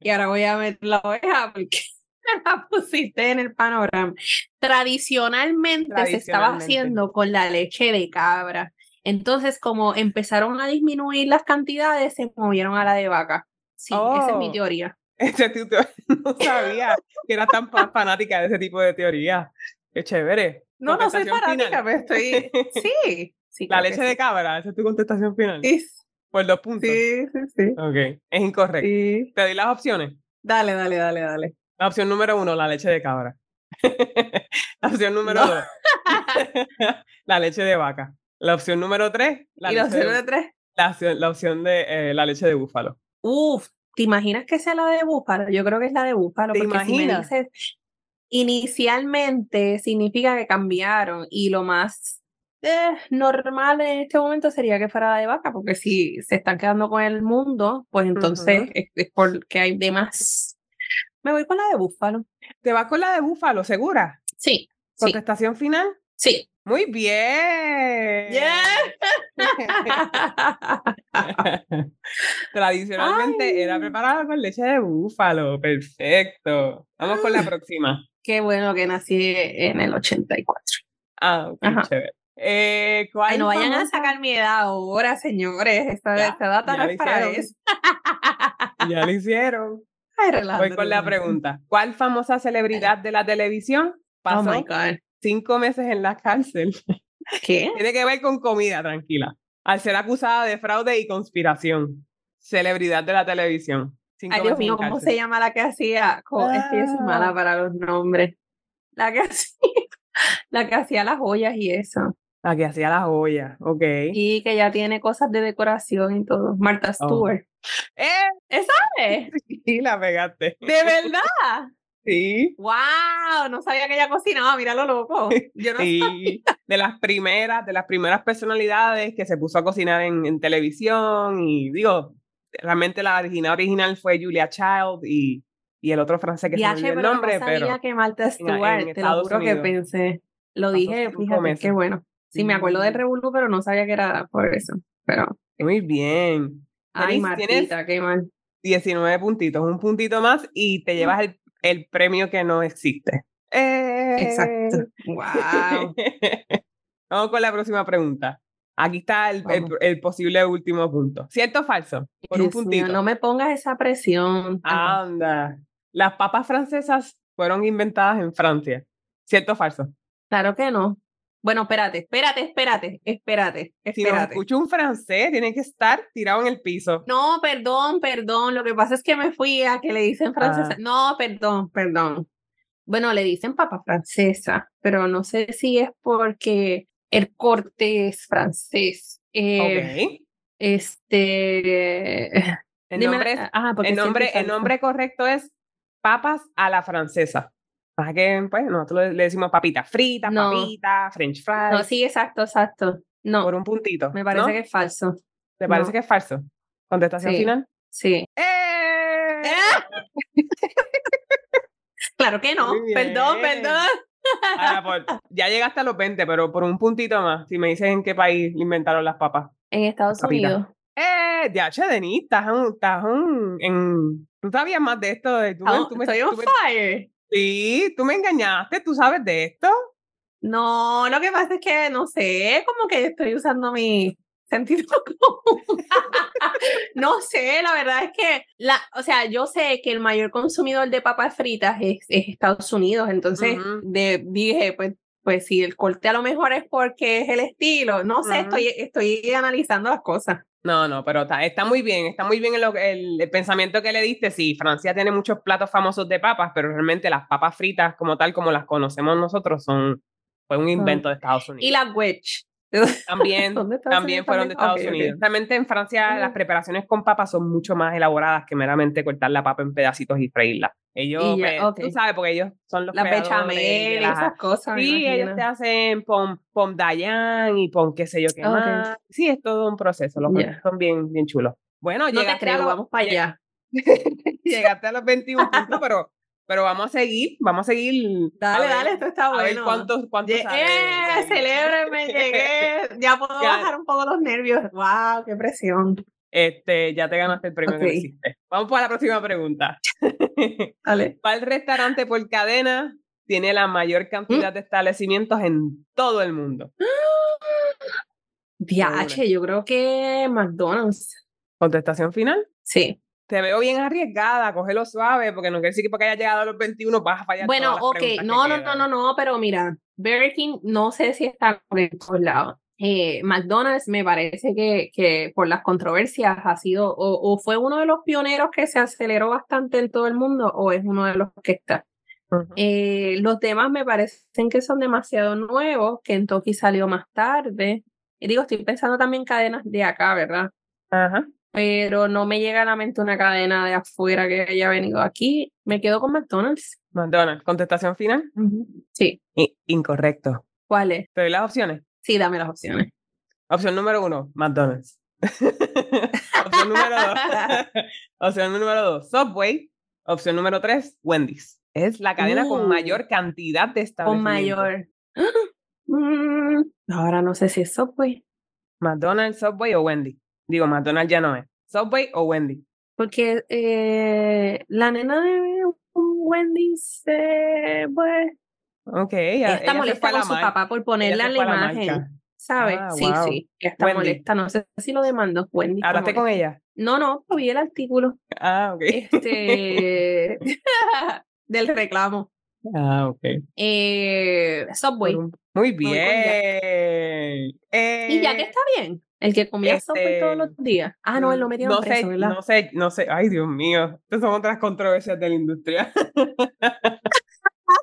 Speaker 1: y ahora voy a meter la oveja porque la pusiste en el panorama. Tradicionalmente, se estaba
Speaker 2: Tradicionalmente.
Speaker 1: haciendo con la leche de cabra. Entonces, como empezaron a disminuir las cantidades, se movieron a la de vaca. Sí, esa es
Speaker 2: Oh.
Speaker 1: mi teoría.
Speaker 2: Ese tu- no sabía que eras tan fa- fanática de ese tipo de teoría. Qué chévere.
Speaker 1: No, no soy
Speaker 2: Contestación
Speaker 1: fanática,
Speaker 2: final.
Speaker 1: pero estoy... Sí, sí.
Speaker 2: La
Speaker 1: creo que
Speaker 2: leche de cabra, esa es tu contestación final.
Speaker 1: sí. Es-
Speaker 2: Por dos puntos.
Speaker 1: Sí, sí, sí.
Speaker 2: Ok, es incorrecto.
Speaker 1: sí.
Speaker 2: Te doy las opciones.
Speaker 1: Dale, dale, dale, dale.
Speaker 2: La opción número uno, la leche de cabra. la opción número
Speaker 1: No.
Speaker 2: dos, la leche de vaca. La opción número tres, la,
Speaker 1: y los
Speaker 2: leche de,
Speaker 1: de tres.
Speaker 2: la opción, la opción de eh, la leche de búfalo.
Speaker 1: Uf, ¿te imaginas que sea la de búfalo? Yo creo que es la de búfalo.
Speaker 2: ¿Te
Speaker 1: porque si me
Speaker 2: imaginas?
Speaker 1: dices inicialmente significa que cambiaron y lo más eh, normal en este momento sería que fuera la de vaca, porque si se están quedando con el mundo, pues entonces es, es porque hay demás. Me voy con la de búfalo.
Speaker 2: ¿Te vas con la de búfalo, segura?
Speaker 1: Sí, Sí.
Speaker 2: ¿Contestación final?
Speaker 1: sí.
Speaker 2: Muy bien. Tradicionalmente era
Speaker 1: Ay.
Speaker 2: preparada con leche de búfalo. Perfecto. Vamos con la
Speaker 1: Ah.
Speaker 2: próxima.
Speaker 1: Qué bueno que nací en el 84.
Speaker 2: Ah, ok,
Speaker 1: Ajá.
Speaker 2: chévere. Eh,
Speaker 1: Ay,
Speaker 2: ¿cuál
Speaker 1: no vayan a
Speaker 2: famosa-
Speaker 1: sacar mi edad ahora, señores. Esta,
Speaker 2: Ya,
Speaker 1: esta data
Speaker 2: ya
Speaker 1: no
Speaker 2: lo
Speaker 1: es para
Speaker 2: hicieron.
Speaker 1: eso.
Speaker 2: Ya lo hicieron.
Speaker 1: Ay,
Speaker 2: Voy con la
Speaker 1: relájate.
Speaker 2: pregunta. ¿Cuál famosa celebridad de la televisión
Speaker 1: Oh
Speaker 2: pasó
Speaker 1: my God.
Speaker 2: cinco meses en la cárcel?
Speaker 1: ¿Qué?
Speaker 2: Tiene que ver con comida, tranquila. Al ser acusada de fraude y conspiración. Celebridad de la televisión. Cinco
Speaker 1: Ay, Dios
Speaker 2: meses en
Speaker 1: mío, ¿cómo
Speaker 2: cárcel.
Speaker 1: se llama la que hacía? Co- Es que yo
Speaker 2: Ah.
Speaker 1: soy mala para los nombres. La que hacía, la que hacía las joyas y eso.
Speaker 2: La que hacía la joya. Ok.
Speaker 1: Y que ya tiene cosas de decoración y todo.
Speaker 2: Oh.
Speaker 1: Martha Stewart.
Speaker 2: ¡Eh!
Speaker 1: ¿Sabes?
Speaker 2: Sí, la pegaste.
Speaker 1: ¿De verdad?
Speaker 2: Sí.
Speaker 1: ¡Wow! No sabía que ella cocinaba, mira lo loco. Yo no
Speaker 2: Sí, de las primeras, de las primeras personalidades que se puso a cocinar en, en televisión y digo, realmente la original original fue Julia Child y, y el otro francés que se me
Speaker 1: Diache,
Speaker 2: olvidó el
Speaker 1: pero no
Speaker 2: nombre,
Speaker 1: sabía
Speaker 2: pero
Speaker 1: que Martha Stewart, te lo
Speaker 2: en Estados
Speaker 1: juro
Speaker 2: Unidos.
Speaker 1: que pensé. Lo
Speaker 2: Pasó
Speaker 1: dije,
Speaker 2: cinco
Speaker 1: fíjate, qué
Speaker 2: meses.
Speaker 1: bueno. Sí, me acuerdo del
Speaker 2: Sí.
Speaker 1: revolú, pero no sabía que era por eso. Pero,
Speaker 2: muy bien.
Speaker 1: ay,
Speaker 2: Denise, tienes-
Speaker 1: Martita, qué mal.
Speaker 2: 19 puntitos, un puntito más y te llevas el, el premio que no existe. ¡Eh!
Speaker 1: Exacto. Wow.
Speaker 2: Vamos con la próxima pregunta. Aquí está el, el-
Speaker 1: Vamos.
Speaker 2: el posible último punto. ¿Cierto o falso? Por un puntito. Ah.
Speaker 1: no me pongas esa presión. Ajá.
Speaker 2: Anda. Las papas francesas fueron inventadas en Francia. ¿Cierto o falso?
Speaker 1: Claro que no. Bueno, espérate, espérate, espérate, espérate,
Speaker 2: Si nos
Speaker 1: espérate.
Speaker 2: escucha un francés, tiene que estar tirado en el piso.
Speaker 1: No, perdón, perdón. Lo que pasa es que me fui a que le dicen francesa.
Speaker 2: Ah.
Speaker 1: No, perdón, perdón. Bueno, le dicen papa francesa, pero no sé si es porque el corte es francés. Eh,
Speaker 2: ok.
Speaker 1: Este.
Speaker 2: El
Speaker 1: dime la-
Speaker 2: nombre, es-
Speaker 1: ajá, porque
Speaker 2: el,
Speaker 1: siempre
Speaker 2: nombre, el
Speaker 1: salsa.
Speaker 2: nombre correcto es papas a la francesa. Pasa que, pues, nosotros le- le decimos papitas fritas,
Speaker 1: No.
Speaker 2: papitas, french fries,
Speaker 1: No, sí, exacto, exacto. No,
Speaker 2: por un puntito.
Speaker 1: me parece
Speaker 2: ¿no?
Speaker 1: que es falso.
Speaker 2: ¿Te parece
Speaker 1: no.
Speaker 2: que es falso? Contestación
Speaker 1: Sí.
Speaker 2: final.
Speaker 1: Sí.
Speaker 2: ¡Eh!
Speaker 1: Claro que no.
Speaker 2: Muy
Speaker 1: Perdón,
Speaker 2: bien.
Speaker 1: perdón.
Speaker 2: Ahora, por- ya llegaste a los 20, pero por un puntito más, si me dices en qué país inventaron las papas.
Speaker 1: En Estados
Speaker 2: Papita.
Speaker 1: Unidos.
Speaker 2: ¡Eh! Ya, che, Denise, estás, un- estás un- en... Tú sabías más de esto. de- Tú, me-
Speaker 1: Ah,
Speaker 2: tú me,
Speaker 1: Estoy on
Speaker 2: tú me-
Speaker 1: fire.
Speaker 2: sí, tú me engañaste, tú sabes de esto.
Speaker 1: No, lo que pasa es que no sé, como que estoy usando mi sentido común. no sé, la verdad es que, la, o sea, yo sé que el mayor consumidor de papas fritas es, es Estados Unidos, entonces
Speaker 2: Ujú.
Speaker 1: de, dije, pues, pues si el corte a lo mejor es porque es el estilo, no sé,
Speaker 2: Ujú.
Speaker 1: estoy, estoy analizando las cosas.
Speaker 2: No, no, pero está, está muy bien, está muy bien lo- el, el pensamiento que le diste. Sí, Francia tiene muchos platos famosos de papas, pero realmente las papas fritas como tal, como las conocemos nosotros, son fue un invento de Estados
Speaker 1: Y
Speaker 2: Unidos.
Speaker 1: la wedge.
Speaker 2: también,
Speaker 1: ¿Son de Estados
Speaker 2: también
Speaker 1: Unidos
Speaker 2: fueron de Estados
Speaker 1: Ok, ok.
Speaker 2: Unidos. Realmente en Francia
Speaker 1: Ah.
Speaker 2: las preparaciones con papas son mucho más elaboradas que meramente cortar la papa en pedacitos y freírla. Ellos,
Speaker 1: Y ya,
Speaker 2: pues,
Speaker 1: ok.
Speaker 2: tú sabes, porque ellos son los
Speaker 1: Las bechamel
Speaker 2: creadores de
Speaker 1: y
Speaker 2: las-
Speaker 1: esas cosas. me
Speaker 2: Sí, ellos
Speaker 1: imagino.
Speaker 2: te hacen pom, pom Dayan y pom qué sé yo qué
Speaker 1: Ah, ok.
Speaker 2: más. Sí, es todo un proceso, los
Speaker 1: Ya.
Speaker 2: son bien, bien chulos. Bueno,
Speaker 1: No te
Speaker 2: llegaste,
Speaker 1: creo,
Speaker 2: a los,
Speaker 1: vamos para allá.
Speaker 2: llegaste a los 21 puntos, pero, pero vamos a seguir, vamos a seguir. a
Speaker 1: Dale,
Speaker 2: ver-
Speaker 1: dale, esto está
Speaker 2: A
Speaker 1: bueno. eh,
Speaker 2: ver cuántos, cuántos
Speaker 1: Llegué,
Speaker 2: sabes.
Speaker 1: celébreme, llegué. Ya puedo
Speaker 2: Ya.
Speaker 1: bajar un poco los nervios. ¡Wow! ¡Qué presión!
Speaker 2: Este, ya te ganaste el premio
Speaker 1: Ok.
Speaker 2: que hiciste. Vamos para la próxima pregunta.
Speaker 1: Dale.
Speaker 2: ¿Cuál restaurante por cadena tiene la
Speaker 1: Mm.
Speaker 2: mayor cantidad de establecimientos en todo el mundo?
Speaker 1: Diache, yo creo que McDonald's.
Speaker 2: Contestación final.
Speaker 1: Sí.
Speaker 2: Te veo bien arriesgada, cógelo suave, porque no quiere decir que porque hayas llegado a los 21 vas a fallar.
Speaker 1: Bueno,
Speaker 2: todas las
Speaker 1: ok.
Speaker 2: preguntas que
Speaker 1: No, no, no,
Speaker 2: quedan.
Speaker 1: no, no, pero mira, Burger King no sé si está por el- por lado. Eh, McDonald's me parece que, que por las controversias ha sido o, o fue uno de los pioneros que se aceleró bastante en todo el mundo o es uno de los que está.
Speaker 2: Ujú.
Speaker 1: Eh, los demás me parecen que son demasiado nuevos. Kentucky salió más tarde. Y digo, estoy pensando también cadenas de acá, ¿verdad?
Speaker 2: Ajá.
Speaker 1: Pero no me llega a la mente una cadena de afuera que haya venido aquí. Me quedo con McDonald's.
Speaker 2: McDonald's, contestación final.
Speaker 1: Sí.
Speaker 2: I- incorrecto.
Speaker 1: ¿Cuál es?
Speaker 2: Te doy las opciones.
Speaker 1: Sí, dame las opciones.
Speaker 2: Opción número uno, McDonald's. Opción número dos. Opción número dos, Subway. Opción número tres, Wendy's. Es la cadena
Speaker 1: Uh.
Speaker 2: con mayor cantidad de
Speaker 1: Con
Speaker 2: establecimientos.
Speaker 1: mayor. ¡Ah! Mm, Ahora no sé si pues. es Subway.
Speaker 2: McDonald's, Subway o Wendy. Digo, McDonald's ya no es. Subway o Wendy.
Speaker 1: Porque eh, la nena de Wendy's, eh, pues,
Speaker 2: Ok,
Speaker 1: está
Speaker 2: ella, ella se fue
Speaker 1: molesta
Speaker 2: a la
Speaker 1: con su
Speaker 2: marca.
Speaker 1: papá por
Speaker 2: Ella
Speaker 1: ponerla
Speaker 2: se
Speaker 1: en la
Speaker 2: fue a
Speaker 1: imagen.
Speaker 2: marca.
Speaker 1: ¿Sabes?
Speaker 2: Ah,
Speaker 1: sí,
Speaker 2: wow.
Speaker 1: sí, que está
Speaker 2: Wendy.
Speaker 1: molesta. No sé si lo demandó Wendy. está
Speaker 2: ¿Hablaste con
Speaker 1: molesta.
Speaker 2: ella?
Speaker 1: No, no, vi el artículo
Speaker 2: Ah, ok.
Speaker 1: este, del reclamo.
Speaker 2: Ah, ok.
Speaker 1: Eh, Subway.
Speaker 2: Por un- Muy
Speaker 1: voy con Jack.
Speaker 2: bien.
Speaker 1: Y ya que está bien, el que comía Subway todos los
Speaker 2: este,
Speaker 1: días. Ah, no, él lo metieron
Speaker 2: no
Speaker 1: preso,
Speaker 2: sé,
Speaker 1: ¿verdad?
Speaker 2: No sé, no sé. Ay, Dios mío. Estas son otras controversias de la industria.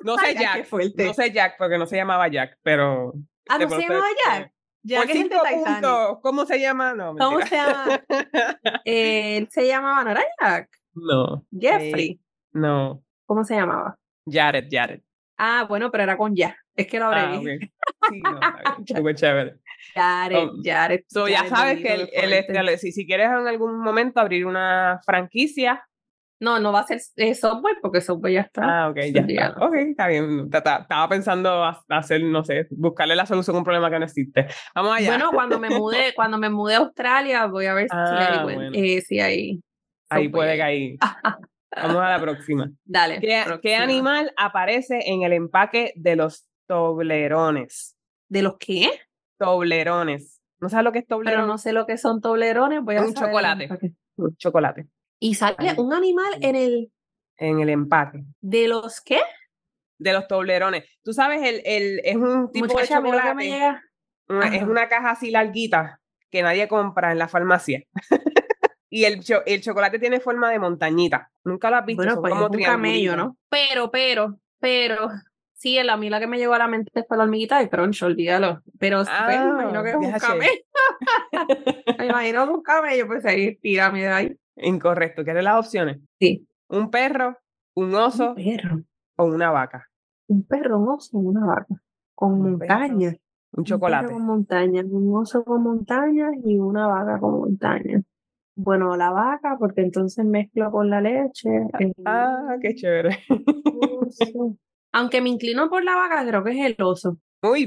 Speaker 2: no sé
Speaker 1: Ay, qué
Speaker 2: Jack.
Speaker 1: fuerte.
Speaker 2: No sé Jack porque no se llamaba Jack, pero...
Speaker 1: ah,
Speaker 2: te
Speaker 1: no se
Speaker 2: puedo
Speaker 1: llama
Speaker 2: hacer-
Speaker 1: Jack. Jack
Speaker 2: este
Speaker 1: es
Speaker 2: por
Speaker 1: el de
Speaker 2: cinco
Speaker 1: Titanic.
Speaker 2: puntos, ¿Cómo se llama? No,
Speaker 1: ¿Cómo
Speaker 2: mentira.
Speaker 1: se llama? Eh, Él se llamaba, ¿no era Jack?
Speaker 2: No,
Speaker 1: Jeffrey.
Speaker 2: no.
Speaker 1: ¿Cómo se llamaba?
Speaker 2: Jared, Jared.
Speaker 1: Ah, bueno, pero era con Jack. Es que lo
Speaker 2: Ah,
Speaker 1: abrevié.
Speaker 2: ok. Sí, no, está bien. Súper chévere.
Speaker 1: Jared,
Speaker 2: Oh.
Speaker 1: Jared.
Speaker 2: So, ya
Speaker 1: Jared
Speaker 2: sabes que
Speaker 1: Domingo
Speaker 2: el, el
Speaker 1: fuerte.
Speaker 2: este estable- si, si quieres en algún momento abrir una franquicia,
Speaker 1: No, no va a ser eh, Subway porque Subway ya está.
Speaker 2: ah, ok, ya está.
Speaker 1: Digamos.
Speaker 2: Ok, está bien. Ta- ta- Estaba pensando a- hacer, no sé, buscarle la solución a un problema que no existe. Vamos allá.
Speaker 1: Bueno, cuando me mudé, cuando me mudé a Australia, voy a ver si hay,
Speaker 2: Ah,
Speaker 1: buen-
Speaker 2: bueno.
Speaker 1: eh, si hay
Speaker 2: Ahí
Speaker 1: Subway
Speaker 2: puede
Speaker 1: ahí.
Speaker 2: caer. Vamos a la próxima.
Speaker 1: Dale.
Speaker 2: ¿Qué, qué
Speaker 1: próxima.
Speaker 2: animal aparece en el empaque de los toblerones?
Speaker 1: ¿De los qué?
Speaker 2: Toblerones. ¿No sabes lo que es
Speaker 1: Pero
Speaker 2: toblerón?
Speaker 1: no sé lo que son toblerones. Voy a
Speaker 2: Un
Speaker 1: saber
Speaker 2: chocolate.
Speaker 1: ahora. Ok.
Speaker 2: Un Chocolate.
Speaker 1: Y sale un animal en el
Speaker 2: En el empaque
Speaker 1: de los qué?
Speaker 2: de los toblerones. Tú sabes, el, el, es un tipo
Speaker 1: Muchacha, a
Speaker 2: de
Speaker 1: mí lo que
Speaker 2: chocolate.
Speaker 1: me llega.
Speaker 2: una-
Speaker 1: Ajá.
Speaker 2: es una caja así larguita que nadie compra en la farmacia. y el, cho- el chocolate tiene forma de montañita. Nunca lo has visto.
Speaker 1: Bueno,
Speaker 2: son
Speaker 1: pues
Speaker 2: como
Speaker 1: es un camello,
Speaker 2: triangulitos.
Speaker 1: ¿no? Pero, pero, pero. Sí, el- a mí la que me llegó a la mente fue la hormiguita de Crunch, olvídalo. Pero sí, pues,
Speaker 2: Ah,
Speaker 1: me imagino que es un
Speaker 2: viaje.
Speaker 1: camello. me imagino que es un camello, pues ahí pirámide ahí.
Speaker 2: Incorrecto. ¿Quieres las opciones?
Speaker 1: Sí.
Speaker 2: Un perro, un oso
Speaker 1: perro.
Speaker 2: o una vaca.
Speaker 1: Un perro, un oso, una vaca. Con
Speaker 2: Un perro,
Speaker 1: montaña. Un
Speaker 2: Un
Speaker 1: perro
Speaker 2: chocolate.
Speaker 1: con montaña, un oso con montaña y una vaca con montaña. Bueno, la vaca, porque entonces mezclo con la leche. el
Speaker 2: Ah, qué chévere.
Speaker 1: oso. Aunque me inclino por la vaca, creo que es el oso.
Speaker 2: Muy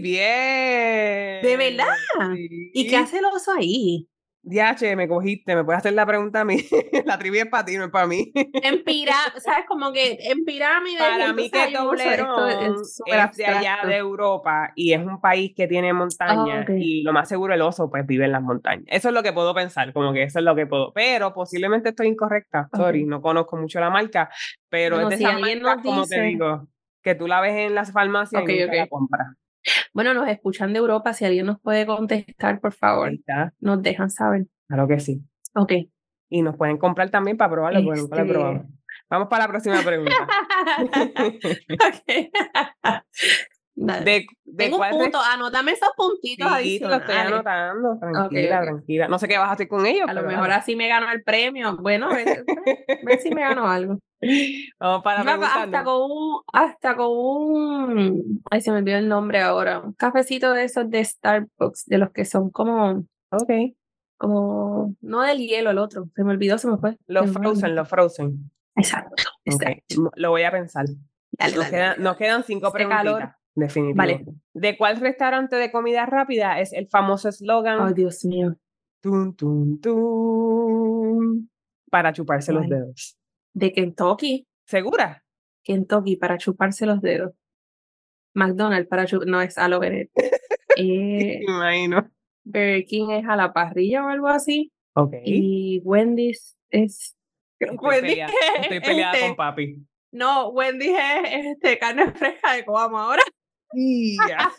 Speaker 2: bien.
Speaker 1: ¿De verdad? ¿Y qué
Speaker 2: Sí.
Speaker 1: hace el oso ahí?
Speaker 2: Diache, me cogiste, me puedes hacer la pregunta a mí. la trivia es para ti, no es para mí.
Speaker 1: En pirámide, ¿sabes? Como que en pirámide.
Speaker 2: Para mí que Toblerón es, de allá de Europa y es un país que tiene montañas
Speaker 1: Ah, ok.
Speaker 2: y lo más seguro el oso pues vive en las montañas. Eso es lo que puedo pensar, como que eso es lo que puedo. Pero posiblemente estoy incorrecta,
Speaker 1: Ok.
Speaker 2: sorry, no conozco mucho la marca, pero
Speaker 1: Bueno,
Speaker 2: es de
Speaker 1: si
Speaker 2: esas
Speaker 1: alguien
Speaker 2: marcas,
Speaker 1: nos
Speaker 2: como te
Speaker 1: dice-
Speaker 2: digo, que tú la ves en las farmacias
Speaker 1: Ok,
Speaker 2: y nunca la
Speaker 1: ok.
Speaker 2: compras.
Speaker 1: Bueno, nos escuchan de Europa. Si alguien nos puede contestar, por favor,
Speaker 2: Ahí está,
Speaker 1: nos dejan saber.
Speaker 2: claro que sí.
Speaker 1: Ok.
Speaker 2: Y nos pueden comprar también para probarlo, porque nunca lo he
Speaker 1: Este-
Speaker 2: probado. Vamos para la próxima pregunta.
Speaker 1: Ok. Dale.
Speaker 2: ¿De, de
Speaker 1: Tengo un
Speaker 2: cuál res-
Speaker 1: punto, anotame esos puntitos
Speaker 2: Sí, te lo estoy
Speaker 1: adicionales.
Speaker 2: anotando, tranquila,
Speaker 1: ok.
Speaker 2: tranquila. No sé qué vas a hacer con ellos.
Speaker 1: A lo
Speaker 2: pero
Speaker 1: mejor
Speaker 2: dale.
Speaker 1: así me gano el premio. Bueno, a ver, a ver si me gano algo.
Speaker 2: Vamos para
Speaker 1: Yo hago pues, hasta
Speaker 2: preguntarnos.
Speaker 1: con un, hasta con un, ay, se me olvidó el nombre ahora, un cafecito de esos de Starbucks, de los que son como,
Speaker 2: Ok.
Speaker 1: como, no del hielo, el otro, se me olvidó, se me fue.
Speaker 2: Los
Speaker 1: se me fue el
Speaker 2: Frozen,
Speaker 1: nombre.
Speaker 2: los Frozen.
Speaker 1: Exacto,
Speaker 2: Ok,
Speaker 1: exacto.
Speaker 2: m- Lo voy a pensar.
Speaker 1: Dale,
Speaker 2: Nos,
Speaker 1: dale,
Speaker 2: quedan-
Speaker 1: dale.
Speaker 2: nos quedan cinco
Speaker 1: Este
Speaker 2: preguntitas.
Speaker 1: calor.
Speaker 2: Definitivo.
Speaker 1: Vale.
Speaker 2: ¿De cuál restaurante de comida rápida es el famoso
Speaker 1: Ay,
Speaker 2: eslogan
Speaker 1: Dios mío.
Speaker 2: "Tun, tun, tun", para chuparse los
Speaker 1: ¿Cuál?
Speaker 2: dedos?
Speaker 1: De Kentucky,
Speaker 2: ¿Segura?
Speaker 1: Kentucky para chuparse los dedos. McDonald's para chuparse, no es a lo Bennett. Eh,
Speaker 2: Me imagino.
Speaker 1: Burger King es a la parrilla o algo así.
Speaker 2: Ok.
Speaker 1: Y Wendy's es.
Speaker 2: Estoy peleada,
Speaker 1: es
Speaker 2: estoy peleada
Speaker 1: este.
Speaker 2: con papi.
Speaker 1: No, Wendy's es es este, carne fresca de Coamo ahora.
Speaker 2: Y ya.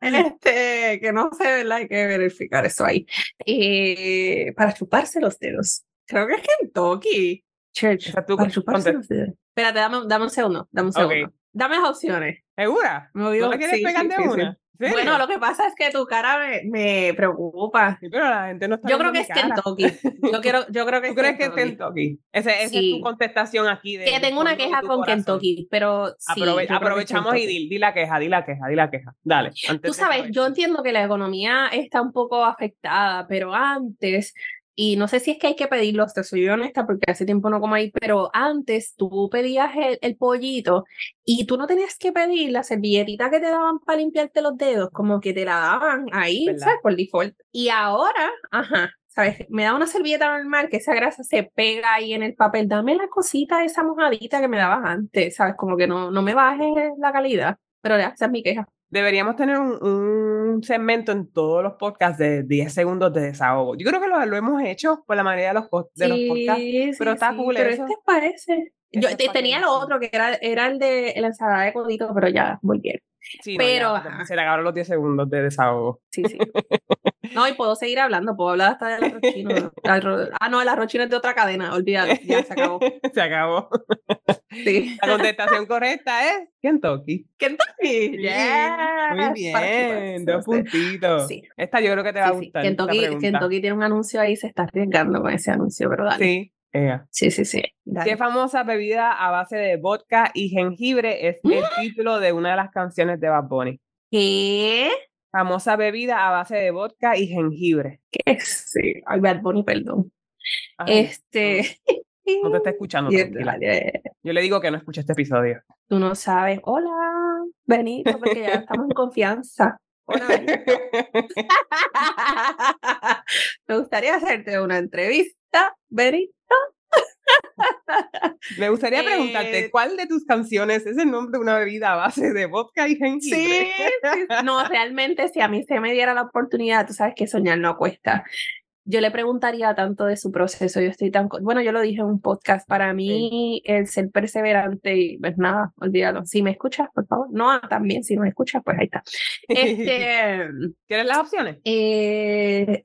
Speaker 1: Este, que no sé, ¿verdad? Hay que verificar eso ahí. Eh, para chuparse los dedos. Creo que es Kentucky. Church.
Speaker 2: Esa tú
Speaker 1: Para
Speaker 2: con-
Speaker 1: chuparse
Speaker 2: conte-
Speaker 1: los dedos. Espérate, dame, dame un segundo. Dame un
Speaker 2: Ok.
Speaker 1: segundo. Dame las opciones.
Speaker 2: ¿Segura?
Speaker 1: Me
Speaker 2: ¿No
Speaker 1: olvidó-
Speaker 2: la quieres
Speaker 1: sí,
Speaker 2: pegar
Speaker 1: sí,
Speaker 2: de
Speaker 1: sí, sí.
Speaker 2: una? ¿En serio?
Speaker 1: Bueno, lo que pasa es que tu cara me, me preocupa.
Speaker 2: Sí, pero la gente no está
Speaker 1: Yo creo
Speaker 2: viendo
Speaker 1: que es
Speaker 2: mi cara.
Speaker 1: Kentucky. Yo, quiero, yo creo que
Speaker 2: ¿Tú
Speaker 1: es
Speaker 2: crees que es
Speaker 1: Kentucky.
Speaker 2: Kentucky? Ese- Esa es
Speaker 1: Sí.
Speaker 2: tu contestación aquí. de-
Speaker 1: Que
Speaker 2: del
Speaker 1: tengo una
Speaker 2: fondo de
Speaker 1: queja
Speaker 2: tu
Speaker 1: con
Speaker 2: corazón.
Speaker 1: Kentucky, pero sí, yo
Speaker 2: Aprove-
Speaker 1: creo que es
Speaker 2: aprovechamos y
Speaker 1: Kentucky.
Speaker 2: di, di la queja, di la queja, di la queja. Dale. antes
Speaker 1: Tú
Speaker 2: de
Speaker 1: sabes,
Speaker 2: saber.
Speaker 1: yo entiendo que la economía está un poco afectada, pero antes, y no sé si es que hay que pedirlo, te soy honesta porque hace tiempo no como ahí, pero antes tú pedías el, el pollito y tú no tenías que pedir la servilletita que te daban para limpiarte los dedos, como que te la daban ahí,
Speaker 2: ¿Verdad?
Speaker 1: ¿sabes? Por default. Y ahora, ajá, ¿sabes? Me da una servilleta normal que esa grasa se pega ahí en el papel. Dame la cosita esa mojadita que me dabas antes, ¿sabes? Como que no, no me bajes la calidad. Pero ya, esa es mi queja.
Speaker 2: Deberíamos tener un, un segmento en todos los podcasts de 10 segundos de desahogo. Yo creo que lo, lo hemos hecho por la mayoría de los, co- de los podcasts. pero está cool
Speaker 1: pero
Speaker 2: eso.
Speaker 1: este parece. Yo
Speaker 2: Eso
Speaker 1: te-
Speaker 2: está
Speaker 1: tenía lo
Speaker 2: cool, sí.
Speaker 1: otro que era, era el de la ensalada de codito, pero ya volvieron.
Speaker 2: Sí, no, ya,
Speaker 1: pero,
Speaker 2: se-
Speaker 1: ajá.
Speaker 2: se le acabaron los 10 segundos de desahogo.
Speaker 1: Sí, sí. No, y puedo seguir hablando, puedo hablar hasta del arroz chino. Arro- Ah, no, el arroz chino es de otra cadena, olvídalo, ya se acabó.
Speaker 2: se acabó.
Speaker 1: Sí.
Speaker 2: La contestación correcta es Kentucky.
Speaker 1: Kentucky,
Speaker 2: Muy
Speaker 1: yes, para
Speaker 2: bien,
Speaker 1: chuparse
Speaker 2: dos
Speaker 1: los dedos.
Speaker 2: puntitos.
Speaker 1: Sí.
Speaker 2: Esta yo creo que te va a
Speaker 1: Sí, sí.
Speaker 2: gustar. esta
Speaker 1: Kentucky,
Speaker 2: pregunta.
Speaker 1: Kentucky tiene un anuncio ahí, se está arriesgando con ese anuncio, pero dale.
Speaker 2: Sí. ea.
Speaker 1: Sí, sí, sí. dale.
Speaker 2: ¿Qué famosa bebida a base de vodka y jengibre es
Speaker 1: ¡Ah!
Speaker 2: el título de una de las canciones de Bad Bunny?
Speaker 1: ¿Qué?
Speaker 2: Famosa bebida a base de vodka y jengibre.
Speaker 1: ¿Qué es? Sí. Ay, Bad Bunny, perdón.
Speaker 2: Ay,
Speaker 1: este.
Speaker 2: No te está escuchando.
Speaker 1: Y- este,
Speaker 2: tranquila.
Speaker 1: dale.
Speaker 2: Yo le digo que no escucha este episodio.
Speaker 1: tú no sabes, hola, Benito, porque ya estamos en confianza. Hola, Benito. Me gustaría hacerte una entrevista, Benito.
Speaker 2: Me gustaría preguntarte,
Speaker 1: Eh,
Speaker 2: ¿cuál de tus canciones es el nombre de una bebida a base de vodka y jengibre?
Speaker 1: No, realmente, si a mí se me diera la oportunidad, tú sabes que soñar no cuesta. yo le preguntaría tanto de su proceso. Yo estoy tan. Bueno, yo lo dije en un podcast. Para mí, sí. el ser perseverante y pues nada, olvídalo. Si me escuchas, por favor. No, ah, también, si no me escuchas, pues ahí está. Este,
Speaker 2: ¿Quieres las opciones?
Speaker 1: Eh, eh,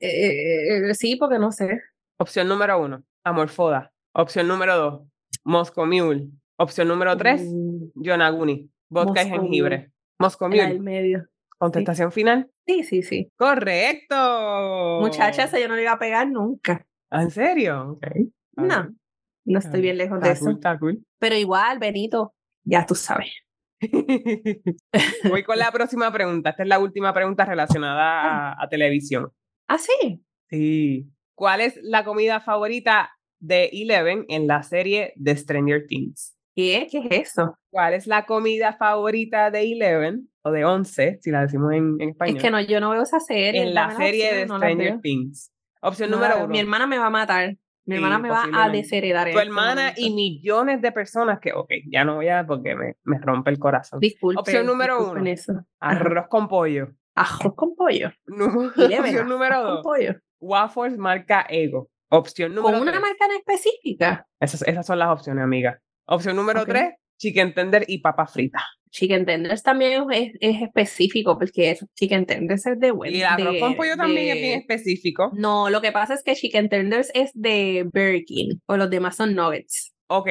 Speaker 1: eh, sí, porque no sé.
Speaker 2: Opción número uno, Amorfoda. Opción número dos, Moscow Mule. Opción número tres, mm. Yonaguni. Vodka Moscomule. y jengibre. Moscow Mule.
Speaker 1: El medio.
Speaker 2: ¿Contestación sí. final?
Speaker 1: Sí, sí, sí.
Speaker 2: ¡Correcto!
Speaker 1: Muchacha, esa yo no le iba a pegar nunca.
Speaker 2: ¿En serio? Okay.
Speaker 1: No, no estoy bien lejos
Speaker 2: está
Speaker 1: de
Speaker 2: cool,
Speaker 1: eso.
Speaker 2: Está cool.
Speaker 1: Pero igual, Benito, ya tú sabes.
Speaker 2: Voy con la próxima pregunta. Esta es la última pregunta relacionada a, a televisión.
Speaker 1: ¿Ah, sí?
Speaker 2: Sí. ¿Cuál es la comida favorita de Eleven en la serie The Stranger Things?
Speaker 1: ¿Qué? ¿Qué es eso?
Speaker 2: ¿Cuál es la comida favorita de Eleven o de Once, si la decimos en, en español?
Speaker 1: Es que no, yo no veo esa serie.
Speaker 2: En la serie opción, de no Stranger Things. Opción
Speaker 1: no,
Speaker 2: número uno.
Speaker 1: Mi hermana me va a matar. Mi hermana
Speaker 2: Sí,
Speaker 1: me va a
Speaker 2: posiblemente.
Speaker 1: desheredar. en
Speaker 2: Tu
Speaker 1: este
Speaker 2: hermana
Speaker 1: momento.
Speaker 2: y millones de personas que, ok, ya no voy a porque me, me rompe el corazón.
Speaker 1: Disculpen,
Speaker 2: Opción número
Speaker 1: disculpen
Speaker 2: uno.
Speaker 1: eso.
Speaker 2: Arroz con pollo.
Speaker 1: Ajos con pollo.
Speaker 2: Nú-
Speaker 1: Y le
Speaker 2: Opción
Speaker 1: ven,
Speaker 2: número
Speaker 1: ajos con
Speaker 2: dos.
Speaker 1: pollo.
Speaker 2: Waffles marca Ego. Opción número
Speaker 1: Con una
Speaker 2: tres.
Speaker 1: marca en específica.
Speaker 2: Esas, esas son las opciones, amiga. Opción número
Speaker 1: Ok.
Speaker 2: tres, chicken tender y papa frita.
Speaker 1: Chicken tenders también es, es específico porque es- chicken tenders es de bueno.
Speaker 2: y el arroz con pollo también es bien específico.
Speaker 1: No, lo que pasa es que chicken tenders es de Burger King o los demás son nuggets.
Speaker 2: Ok.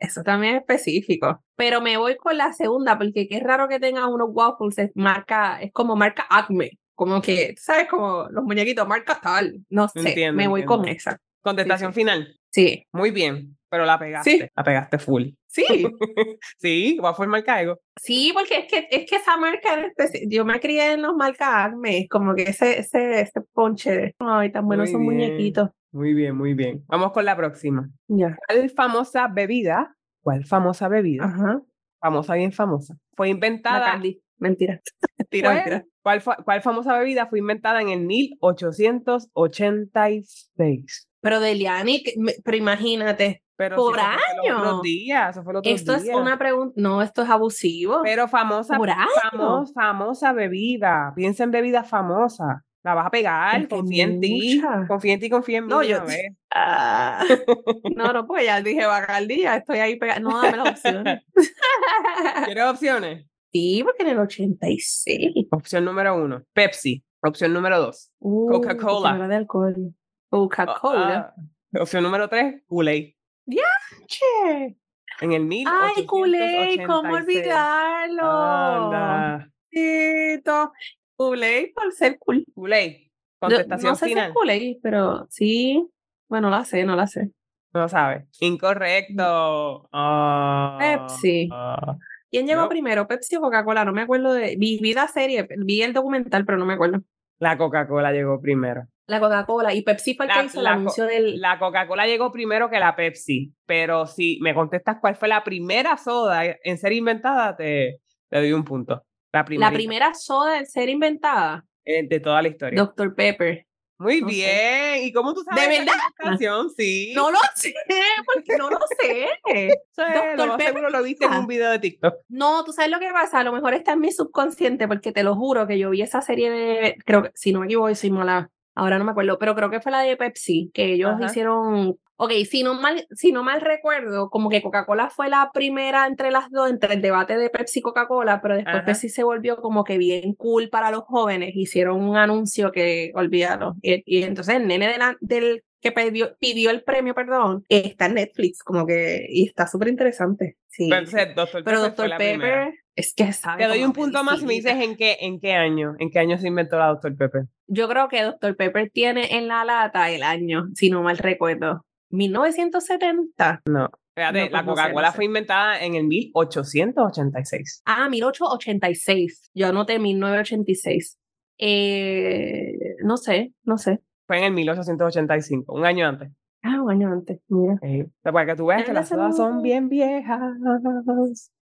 Speaker 1: Eso también es específico. Pero me voy con la segunda porque qué raro que tengan unos waffles es marca, es como marca Acme. Como que, tú ¿sabes? Como los muñequitos, marca tal. No sé,
Speaker 2: Entiendo,
Speaker 1: me voy
Speaker 2: entiendo.
Speaker 1: con esa.
Speaker 2: Contestación
Speaker 1: Sí,
Speaker 2: final.
Speaker 1: Sí.
Speaker 2: Muy bien, pero la pegaste.
Speaker 1: Sí.
Speaker 2: La pegaste full.
Speaker 1: Sí.
Speaker 2: Sí, waffle marca Ego.
Speaker 1: Sí, porque es que, es que esa marca en especi- yo me crié en los marca Acme, como que ese, ese, ese ponche, ay, tan buenos
Speaker 2: Muy
Speaker 1: esos
Speaker 2: bien.
Speaker 1: muñequitos.
Speaker 2: Muy bien, muy bien. Vamos con la próxima.
Speaker 1: Ya.
Speaker 2: ¿Cuál famosa bebida? ¿Cuál famosa bebida?
Speaker 1: Ajá.
Speaker 2: Famosa, bien famosa. Fue
Speaker 1: Ah. La
Speaker 2: inventada.
Speaker 1: Candy. Mentira. Mentira,
Speaker 2: ¿Cuál,
Speaker 1: mentira.
Speaker 2: cuál fa- cuál famosa bebida fue inventada en el 1886?
Speaker 1: Pero Deliani, que- me- pero imagínate,
Speaker 2: Pero
Speaker 1: Por
Speaker 2: sí, eso fue los
Speaker 1: años.
Speaker 2: otros días, eso fue los otros
Speaker 1: esto es
Speaker 2: días.
Speaker 1: una pregunta, no, esto es abusivo.
Speaker 2: Pero famosa,
Speaker 1: Por años.
Speaker 2: famo- famosa bebida. Piensa en bebida famosa. La vas a pegar,
Speaker 1: Pero que
Speaker 2: confía en ti.
Speaker 1: mucha.
Speaker 2: Confía en ti, confía en mí.
Speaker 1: No,
Speaker 2: de
Speaker 1: yo-
Speaker 2: una vez.
Speaker 1: Ah, no, no, pues ya dije Bacardi, ya estoy ahí pegada. No, dame las opciones.
Speaker 2: ¿Quieres opciones?
Speaker 1: sí, porque en el 86.
Speaker 2: Opción número uno, Pepsi. Opción número dos,
Speaker 1: Uh,
Speaker 2: Coca-Cola.
Speaker 1: porque no era de alcohol. Coca-Cola.
Speaker 2: Ah, opción número tres,
Speaker 1: ah.
Speaker 2: Kool-Aid.
Speaker 1: Che.
Speaker 2: En el
Speaker 1: Ay,
Speaker 2: 1886.
Speaker 1: Kool-Aid, ¿cómo olvidarlo?
Speaker 2: Anda.
Speaker 1: Tito. Kool-Aid por ser cool.
Speaker 2: Kool-Aid.
Speaker 1: No-
Speaker 2: Contestación
Speaker 1: no sé si
Speaker 2: final.
Speaker 1: es Kool-Aid, pero sí. Bueno, la sé, no la sé.
Speaker 2: No sabe. Incorrecto. Ah,
Speaker 1: Eh, Pepsi.
Speaker 2: ah.
Speaker 1: ¿Quién llegó
Speaker 2: No.
Speaker 1: primero? ¿Pepsi o Coca-Cola? No me acuerdo de. Vi, vi la serie, vi el documental, pero no me acuerdo.
Speaker 2: La Coca-Cola llegó primero.
Speaker 1: La Coca-Cola. Y Pepsi fue el
Speaker 2: La-
Speaker 1: que hizo el
Speaker 2: la co-
Speaker 1: anuncio del.
Speaker 2: La Coca-Cola llegó primero que la Pepsi. Pero si me contestas cuál fue la primera soda en ser inventada, te, te doy un punto. La primera
Speaker 1: La primera soda en ser inventada.
Speaker 2: de toda la historia.
Speaker 1: Dr. Pepper.
Speaker 2: Muy
Speaker 1: no sé.
Speaker 2: bien. ¿Y cómo tú sabes?
Speaker 1: ¿De
Speaker 2: esa
Speaker 1: verdad?
Speaker 2: contestación? Sí.
Speaker 1: No lo sé, porque no lo sé.
Speaker 2: Sí, lo
Speaker 1: Dr.
Speaker 2: más
Speaker 1: Pepper
Speaker 2: seguro lo viste en
Speaker 1: pizza.
Speaker 2: un video de TikTok.
Speaker 1: No, tú sabes lo que pasa, a lo mejor está en mi subconsciente, porque te lo juro que yo vi esa serie de, creo que, si no me equivoco, soy mala, ahora no me acuerdo, pero creo que fue la de Pepsi, que ellos
Speaker 2: Ajá.
Speaker 1: hicieron, ok, si no mal, si no mal recuerdo, como que Coca-Cola fue la primera entre las dos, entre el debate de Pepsi y Coca-Cola, pero después
Speaker 2: Ajá.
Speaker 1: Pepsi se volvió como que bien cool para los jóvenes, hicieron un anuncio que, olvídalo, y, y entonces el nene de la- del que pidió, pidió el premio, perdón, está en Netflix, como que, y está súper interesante. Sí.
Speaker 2: Pero entonces, Dr. Pepper
Speaker 1: Pero
Speaker 2: fue
Speaker 1: Dr.
Speaker 2: la
Speaker 1: Pepper
Speaker 2: primera.
Speaker 1: es que sabe.
Speaker 2: Te doy
Speaker 1: como
Speaker 2: un
Speaker 1: que
Speaker 2: punto más y me
Speaker 1: distinta.
Speaker 2: dices en qué, en qué año, en qué año se inventó la Dr. Pepper.
Speaker 1: Yo creo que Dr. Pepper tiene en la lata el año, si no mal recuerdo. 1970.
Speaker 2: Fíjate,
Speaker 1: No,
Speaker 2: la
Speaker 1: pues no sé,
Speaker 2: Coca-Cola
Speaker 1: no sé.
Speaker 2: fue inventada en el 1886.
Speaker 1: Ah, 1886. Yo anoté 1986. Eh, no sé, no sé.
Speaker 2: Fue en el 1885, un año antes.
Speaker 1: Ah, un año antes, mira.
Speaker 2: Eh, para que tú veas que
Speaker 1: Ah,
Speaker 2: las
Speaker 1: esa
Speaker 2: sodas son
Speaker 1: no.
Speaker 2: bien viejas.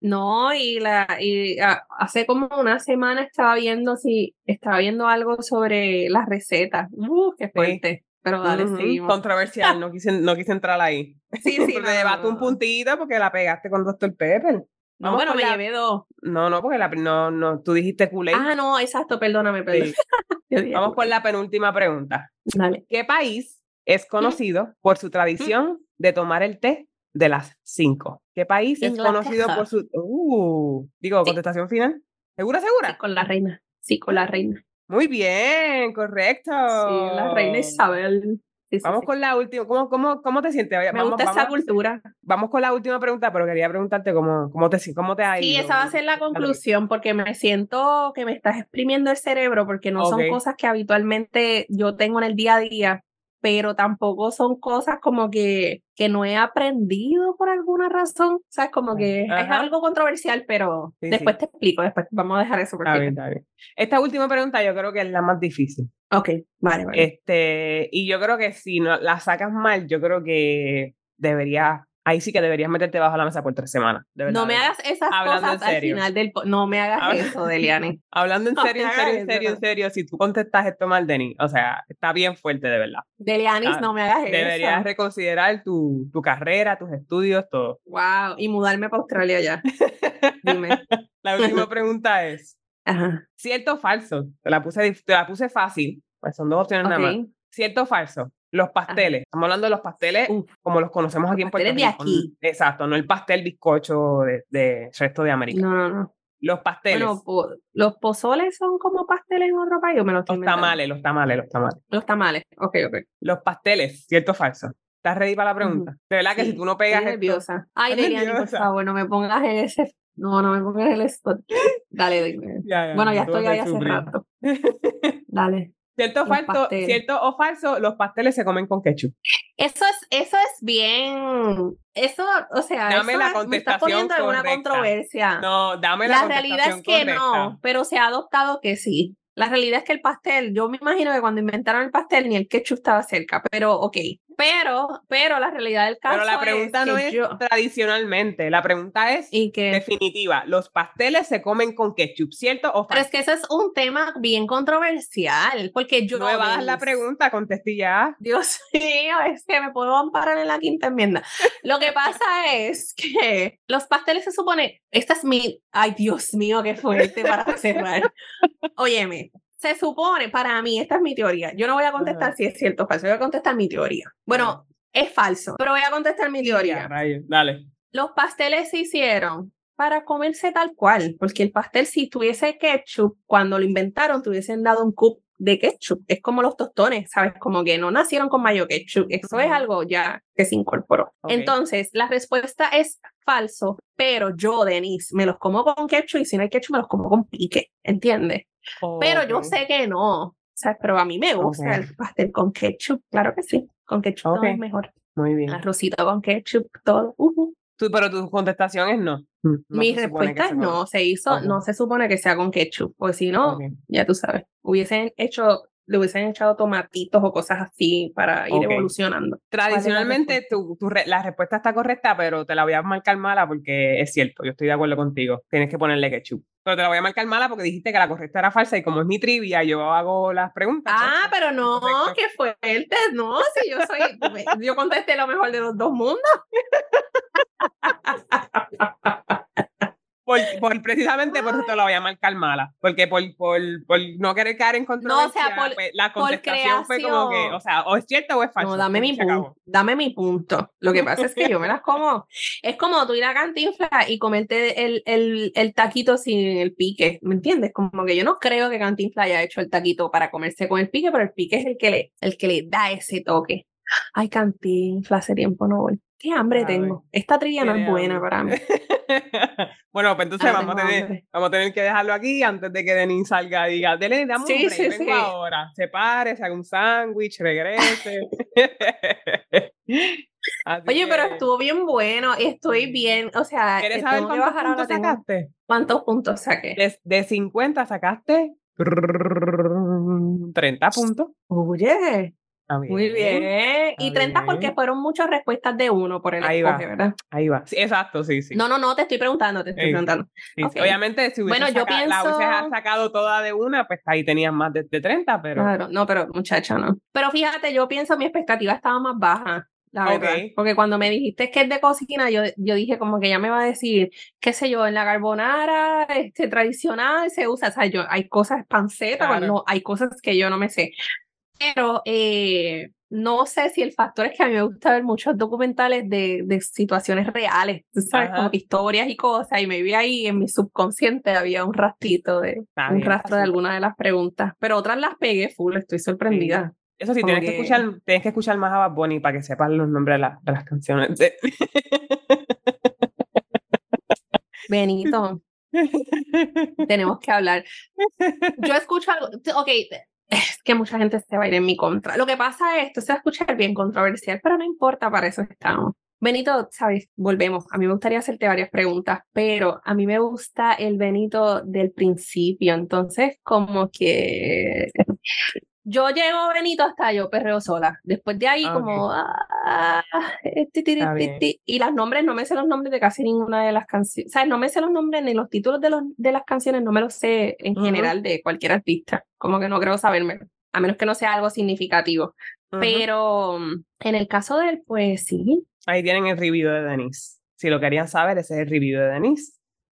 Speaker 1: No, y la y ah, hace como una semana estaba viendo si estaba viendo algo sobre las recetas. Uh, qué fuerte. Pero dale,
Speaker 2: Ujú,
Speaker 1: seguimos.
Speaker 2: Controversial, no quise, no quise entrar ahí.
Speaker 1: Sí,
Speaker 2: Pero te
Speaker 1: no, no,
Speaker 2: llevaste
Speaker 1: no,
Speaker 2: un
Speaker 1: no.
Speaker 2: puntito porque la pegaste con Dr. Pepper.
Speaker 1: No,
Speaker 2: Vamos
Speaker 1: bueno,
Speaker 2: con
Speaker 1: me
Speaker 2: la-
Speaker 1: llevé dos.
Speaker 2: No, no, porque la, pri- no, no, tú dijiste culé.
Speaker 1: Ah, no, exacto, perdóname, perdóname.
Speaker 2: Sí.
Speaker 1: Yo dije,
Speaker 2: Vamos con la penúltima pregunta.
Speaker 1: dale.
Speaker 2: ¿Qué país es conocido por su tradición de tomar el té de las cinco? ¿Qué país
Speaker 1: Inglaterra.
Speaker 2: es conocido por su... Uh, digo,
Speaker 1: Sí.
Speaker 2: contestación final. ¿Segura, segura?
Speaker 1: Sí, con la reina. Sí, con la reina.
Speaker 2: Muy bien, correcto.
Speaker 1: Sí, la reina Isabel. Sí, sí,
Speaker 2: Oh. Vamos
Speaker 1: sí.
Speaker 2: con la última. ¿Cómo, cómo, cómo te sientes?
Speaker 1: Me
Speaker 2: Vamos-
Speaker 1: gusta esa
Speaker 2: vamos-
Speaker 1: cultura.
Speaker 2: vamos con la última pregunta, pero quería preguntarte cómo, cómo te cómo te ha ido.
Speaker 1: Sí, esa va a ser la conclusión porque me siento que me estás exprimiendo el cerebro porque no
Speaker 2: Ok.
Speaker 1: son cosas que habitualmente yo tengo en el día a día, pero tampoco son cosas como que, que no he aprendido por alguna razón. O sea, es como que es
Speaker 2: Ajá.
Speaker 1: algo controversial, pero
Speaker 2: Sí,
Speaker 1: después
Speaker 2: sí.
Speaker 1: te explico, después vamos a dejar eso. Porque...
Speaker 2: Está bien, está bien. Esta última pregunta yo creo que es la más difícil.
Speaker 1: Ok, vale, vale.
Speaker 2: Este, y yo creo que si no, la sacas mal, yo creo que deberías, ahí sí que deberías meterte bajo la mesa por tres semanas. de verdad,
Speaker 1: no me
Speaker 2: de verdad.
Speaker 1: hagas esas
Speaker 2: Hablando en
Speaker 1: cosas al
Speaker 2: serio.
Speaker 1: final del... po- No me hagas
Speaker 2: Habla-
Speaker 1: eso, Deliane.
Speaker 2: Hablando en
Speaker 1: no
Speaker 2: serio,
Speaker 1: me
Speaker 2: en serio,
Speaker 1: hagas
Speaker 2: en
Speaker 1: eso,
Speaker 2: serio, en
Speaker 1: no.
Speaker 2: serio, si tú contestas esto mal, Denis, o sea, está bien fuerte, de verdad.
Speaker 1: Delianis,
Speaker 2: Ah,
Speaker 1: no me hagas
Speaker 2: Deberías
Speaker 1: eso.
Speaker 2: reconsiderar tu, tu carrera, tus estudios, todo.
Speaker 1: Wow, y mudarme para Australia ya. Dime.
Speaker 2: La última pregunta es,
Speaker 1: Ajá.
Speaker 2: ¿Cierto o falso? Te la puse, dif- te la puse fácil. Pues son dos opciones nada más.
Speaker 1: ok.
Speaker 2: ¿Cierto o falso? Los pasteles. Estamos hablando de los pasteles
Speaker 1: Uf.
Speaker 2: como los conocemos aquí en Puerto
Speaker 1: pasteles de
Speaker 2: Rico.
Speaker 1: aquí.
Speaker 2: Exacto, no el pastel bizcocho de, de resto de América.
Speaker 1: No, no, no.
Speaker 2: Los pasteles.
Speaker 1: Bueno, po- los pozoles son como pasteles en otro país, ¿o me los estoy
Speaker 2: los
Speaker 1: inventando?
Speaker 2: tamales, los tamales, los tamales.
Speaker 1: Los tamales, ok, ok.
Speaker 2: Los pasteles, ¿cierto o falso? ¿Estás ready para la pregunta? De verdad que
Speaker 1: Sí,
Speaker 2: si tú no
Speaker 1: Estoy
Speaker 2: pegas esto-
Speaker 1: nerviosa. Ay,
Speaker 2: Estás
Speaker 1: Liliani, por
Speaker 2: nerviosa.
Speaker 1: favor, no me pongas en ese... No, no me pongas en el spot. Dale, dime.
Speaker 2: Ya, ya,
Speaker 1: Bueno, ya
Speaker 2: tú vas
Speaker 1: estoy
Speaker 2: a
Speaker 1: ahí hace
Speaker 2: sufrir.
Speaker 1: rato. Dale.
Speaker 2: ¿Cierto o
Speaker 1: Los
Speaker 2: falso?
Speaker 1: pasteles.
Speaker 2: ¿Cierto o falso? Los pasteles se comen con ketchup.
Speaker 1: Eso es, eso es bien... Eso, o sea,
Speaker 2: Dame
Speaker 1: eso
Speaker 2: la
Speaker 1: es- me
Speaker 2: contestación
Speaker 1: estás poniendo alguna
Speaker 2: correcta.
Speaker 1: controversia.
Speaker 2: No, dame la
Speaker 1: Ah. La realidad es que
Speaker 2: contestación correcta.
Speaker 1: no, pero se ha adoptado que sí. La realidad es que el pastel, yo me imagino que cuando inventaron el pastel ni el ketchup estaba cerca, pero ok. Pero, pero la realidad del caso
Speaker 2: Pero la pregunta
Speaker 1: es
Speaker 2: no
Speaker 1: que
Speaker 2: es
Speaker 1: yo-
Speaker 2: tradicionalmente, la pregunta es
Speaker 1: y que
Speaker 2: definitiva. ¿Los pasteles se comen con ketchup, cierto o
Speaker 1: pero
Speaker 2: falso?
Speaker 1: es que eso es un tema bien controversial, porque yo
Speaker 2: no me vas a dar la
Speaker 1: Denise,
Speaker 2: pregunta, contesté ya.
Speaker 1: Dios mío, es que me puedo amparar en la quinta enmienda. Lo que pasa es que los pasteles se supone, esta es mi, ay Dios mío, qué fuerte para cerrar. Óyeme, se supone, para mí, esta es mi teoría. Yo no voy a contestar
Speaker 2: Ajá.
Speaker 1: si es cierto o falso, yo voy a contestar mi teoría. Bueno, es falso, pero voy a contestar mi
Speaker 2: Ah, Ya,
Speaker 1: teoría.
Speaker 2: rayos, Dale.
Speaker 1: Los pasteles se hicieron para comerse tal cual, porque el pastel si tuviese ketchup, cuando lo inventaron, te hubiesen dado un cup de ketchup. Es como los tostones, ¿sabes? Como que no nacieron con mayo ketchup. Eso es
Speaker 2: Ujú.
Speaker 1: algo ya que se incorporó.
Speaker 2: Ok.
Speaker 1: Entonces, la respuesta es falso, pero yo, Denise, me los como con ketchup y si no hay ketchup, me los como con pique, ¿entiendes? Pero yo
Speaker 2: Ok.
Speaker 1: sé que no, ¿sabes? Pero a mí me gusta
Speaker 2: Ok.
Speaker 1: el pastel con ketchup, claro que sí. Con ketchup todo
Speaker 2: Ok.
Speaker 1: es mejor.
Speaker 2: Muy bien.
Speaker 1: Arrocito con ketchup, todo. ujú.
Speaker 2: Tú, pero tu contestación es no. Mm, No
Speaker 1: Mi
Speaker 2: se supone que
Speaker 1: respuesta es
Speaker 2: se come.
Speaker 1: no, se hizo,
Speaker 2: Ok.
Speaker 1: no se supone que sea con ketchup, porque si no,
Speaker 2: Ok.
Speaker 1: ya tú sabes, hubiesen hecho, le hubiesen echado tomatitos o cosas así para ir
Speaker 2: Ok.
Speaker 1: evolucionando.
Speaker 2: Tradicionalmente tu, tu re- la respuesta está correcta, pero te la voy a marcar mala porque es cierto, yo estoy de acuerdo contigo, tienes que ponerle ketchup. Pero te la voy a marcar mala porque dijiste que la correcta era falsa y como es mi trivia, yo hago las preguntas. pues,
Speaker 1: Ah,
Speaker 2: ¿sabes?
Speaker 1: pero no,
Speaker 2: Correcto.
Speaker 1: qué fuerte, no, si yo soy, me- yo contesté lo mejor de los dos mundos.
Speaker 2: Por, por- precisamente por eso te la voy a marcar mala, porque por, por, por no querer caer en controversia,
Speaker 1: por-
Speaker 2: pues, la
Speaker 1: por
Speaker 2: contestación fue como que,
Speaker 1: creación.
Speaker 2: o sea, o es cierto o es falso. pues,
Speaker 1: No, dame mi,
Speaker 2: punto.
Speaker 1: punto, dame mi punto. Lo que pasa es que yo me las como. Es como tú ir a Cantinflas y comerte el, el, el taquito sin el pique, ¿me entiendes? Como que yo no creo que Cantinflas haya hecho el taquito para comerse con el pique, pero el pique es el que le, el que le da ese toque. Ay, Cantinflas, hace tiempo no voy. Qué hambre
Speaker 2: Ay,
Speaker 1: tengo. Esta trivia no es buena para mí.
Speaker 2: bueno, pues entonces
Speaker 1: Ahora
Speaker 2: vamos a,
Speaker 1: Ah, tengo
Speaker 2: tener,
Speaker 1: hambre.
Speaker 2: vamos a tener que dejarlo aquí antes de que Denis salga y diga, Denis, dame
Speaker 1: Sí,
Speaker 2: un break,
Speaker 1: sí,
Speaker 2: vengo
Speaker 1: sí.
Speaker 2: ahora, se pare, se haga un sándwich, regrese. Así
Speaker 1: Oye, pero ah, eh,
Speaker 2: que,
Speaker 1: estuvo bien bueno, estoy bien, o sea,
Speaker 2: Eh, ¿Quieres
Speaker 1: tengo
Speaker 2: saber
Speaker 1: que
Speaker 2: cuántos
Speaker 1: bajar ahora,
Speaker 2: puntos
Speaker 1: tengo-
Speaker 2: sacaste?
Speaker 1: ¿Cuántos puntos saqué?
Speaker 2: De, de 50 sacaste 30 puntos.
Speaker 1: Oye,
Speaker 2: Ah,
Speaker 1: Muy bien. Y
Speaker 2: Está
Speaker 1: 30 porque
Speaker 2: bien.
Speaker 1: fueron muchas respuestas de uno por el
Speaker 2: Ahí
Speaker 1: escoge,
Speaker 2: va.
Speaker 1: ¿verdad?
Speaker 2: Ahí va. Sí, exacto, sí, sí.
Speaker 1: No, no, no, te estoy preguntando, te estoy
Speaker 2: Ey.
Speaker 1: preguntando.
Speaker 2: Sí, sí.
Speaker 1: ok.
Speaker 2: Obviamente, si hubieses
Speaker 1: Bueno, yo
Speaker 2: saca- la
Speaker 1: pienso-
Speaker 2: hubieses sacado toda de una, pues ahí tenías más de, de 30, pero
Speaker 1: Ah, Claro, no, pero muchacha, no. Pero fíjate, yo pienso mi expectativa estaba más baja. la verdad.
Speaker 2: Ok.
Speaker 1: Porque cuando me dijiste que es de cocina, yo, yo dije como que ya me va a decir, qué sé yo, en la carbonara, este tradicional se usa, o sea, yo, hay cosas panceta, pues
Speaker 2: Claro.
Speaker 1: no, hay cosas que yo no me sé. Pero eh, no sé si el factor es que a mí me gusta ver muchos documentales de, de situaciones reales, tú ¿sabes?
Speaker 2: Ajá.
Speaker 1: Como que historias y cosas, y me vi ahí en mi subconsciente, había un rastito de, un
Speaker 2: Está Ah, bien,
Speaker 1: rastro de
Speaker 2: está
Speaker 1: algunas de las preguntas, pero otras las pegué full, estoy sorprendida.
Speaker 2: Eso sí,
Speaker 1: Como
Speaker 2: tienes que,
Speaker 1: que-
Speaker 2: escuchar, tienes que escuchar más a Bad Bunny para que sepas los nombres de, la- de las canciones. de-
Speaker 1: Benito, tenemos que hablar. Yo escucho algo, t- ok, t- es que mucha gente se va a ir en mi contra. Lo que pasa es, esto se va a escuchar bien controversial, pero no importa, para eso estamos. Benito, sabes, volvemos. A mí me gustaría hacerte varias preguntas, pero a mí me gusta el Benito del principio. Entonces, como que yo llego Benito hasta yo perreo sola. Después de ahí,
Speaker 2: Ah,
Speaker 1: como ah, eh, ti, ti, ti,
Speaker 2: Está
Speaker 1: ti,
Speaker 2: bien.
Speaker 1: ti. y las nombres, no me sé los nombres de casi ninguna de las canciones. O sea, no me sé los nombres ni los títulos de, los, de las canciones, no me los sé en
Speaker 2: Ujú.
Speaker 1: general de cualquier artista. Como que no creo saberme, a menos que no sea algo significativo.
Speaker 2: Ujú.
Speaker 1: Pero mm, en el caso de él, pues sí,
Speaker 2: Ahí tienen el review de Denise. Si lo querían saber, ese es el review de Denise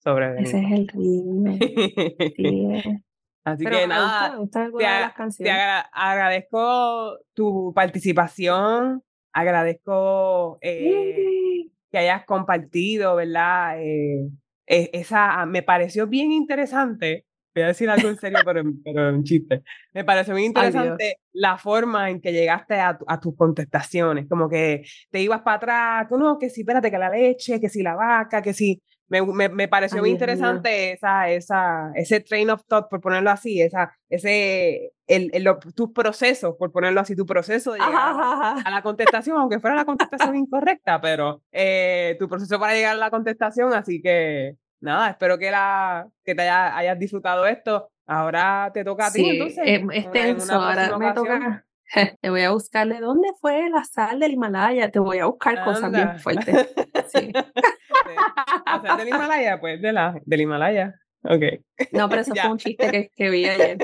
Speaker 2: sobre
Speaker 1: ese es
Speaker 2: Denise.
Speaker 1: el ritmo. sí, eh.
Speaker 2: Así
Speaker 1: Pero
Speaker 2: que
Speaker 1: me gusta,
Speaker 2: nada,
Speaker 1: me gustan algunas de
Speaker 2: a-
Speaker 1: las
Speaker 2: te
Speaker 1: canciones.
Speaker 2: agra- agradezco tu participación, agradezco eh,
Speaker 1: Yay.
Speaker 2: que hayas compartido, ¿verdad? Eh, e- esa me pareció bien interesante. Voy a decir algo en serio, pero, en- pero en chiste. Me pareció bien
Speaker 1: Ay, Dios.
Speaker 2: interesante la forma en que llegaste a, tu- a tus contestaciones. Como que te ibas para atrás, que no, que sí, espérate, que la leche, que sí, la vaca, que sí. Me, me, me pareció
Speaker 1: Ay,
Speaker 2: bien
Speaker 1: Dios mío.
Speaker 2: interesante esa, esa, ese train of thought, por ponerlo así, esa, ese, el, el- lo- tus procesos, por ponerlo así, tu proceso de llegar
Speaker 1: Ajá, ajá, ajá.
Speaker 2: a la contestación, aunque fuera la contestación incorrecta, pero eh, tu proceso para llegar a la contestación, así que nada, espero que, la, que te haya- hayas disfrutado esto. Ahora te toca a ti,
Speaker 1: Sí,
Speaker 2: entonces.
Speaker 1: es,
Speaker 2: en una- en
Speaker 1: es
Speaker 2: una
Speaker 1: tenso, ahora
Speaker 2: próxima
Speaker 1: me
Speaker 2: ocasión.
Speaker 1: toca. Te voy a buscar de dónde fue la sal del Himalaya. Te voy a buscar cosas
Speaker 2: Anda.
Speaker 1: bien fuertes. Sí.
Speaker 2: Eh, o sea, del Himalaya, pues, de la, del Himalaya. Ok.
Speaker 1: No, pero eso
Speaker 2: Ya.
Speaker 1: fue un chiste que, que vi ayer.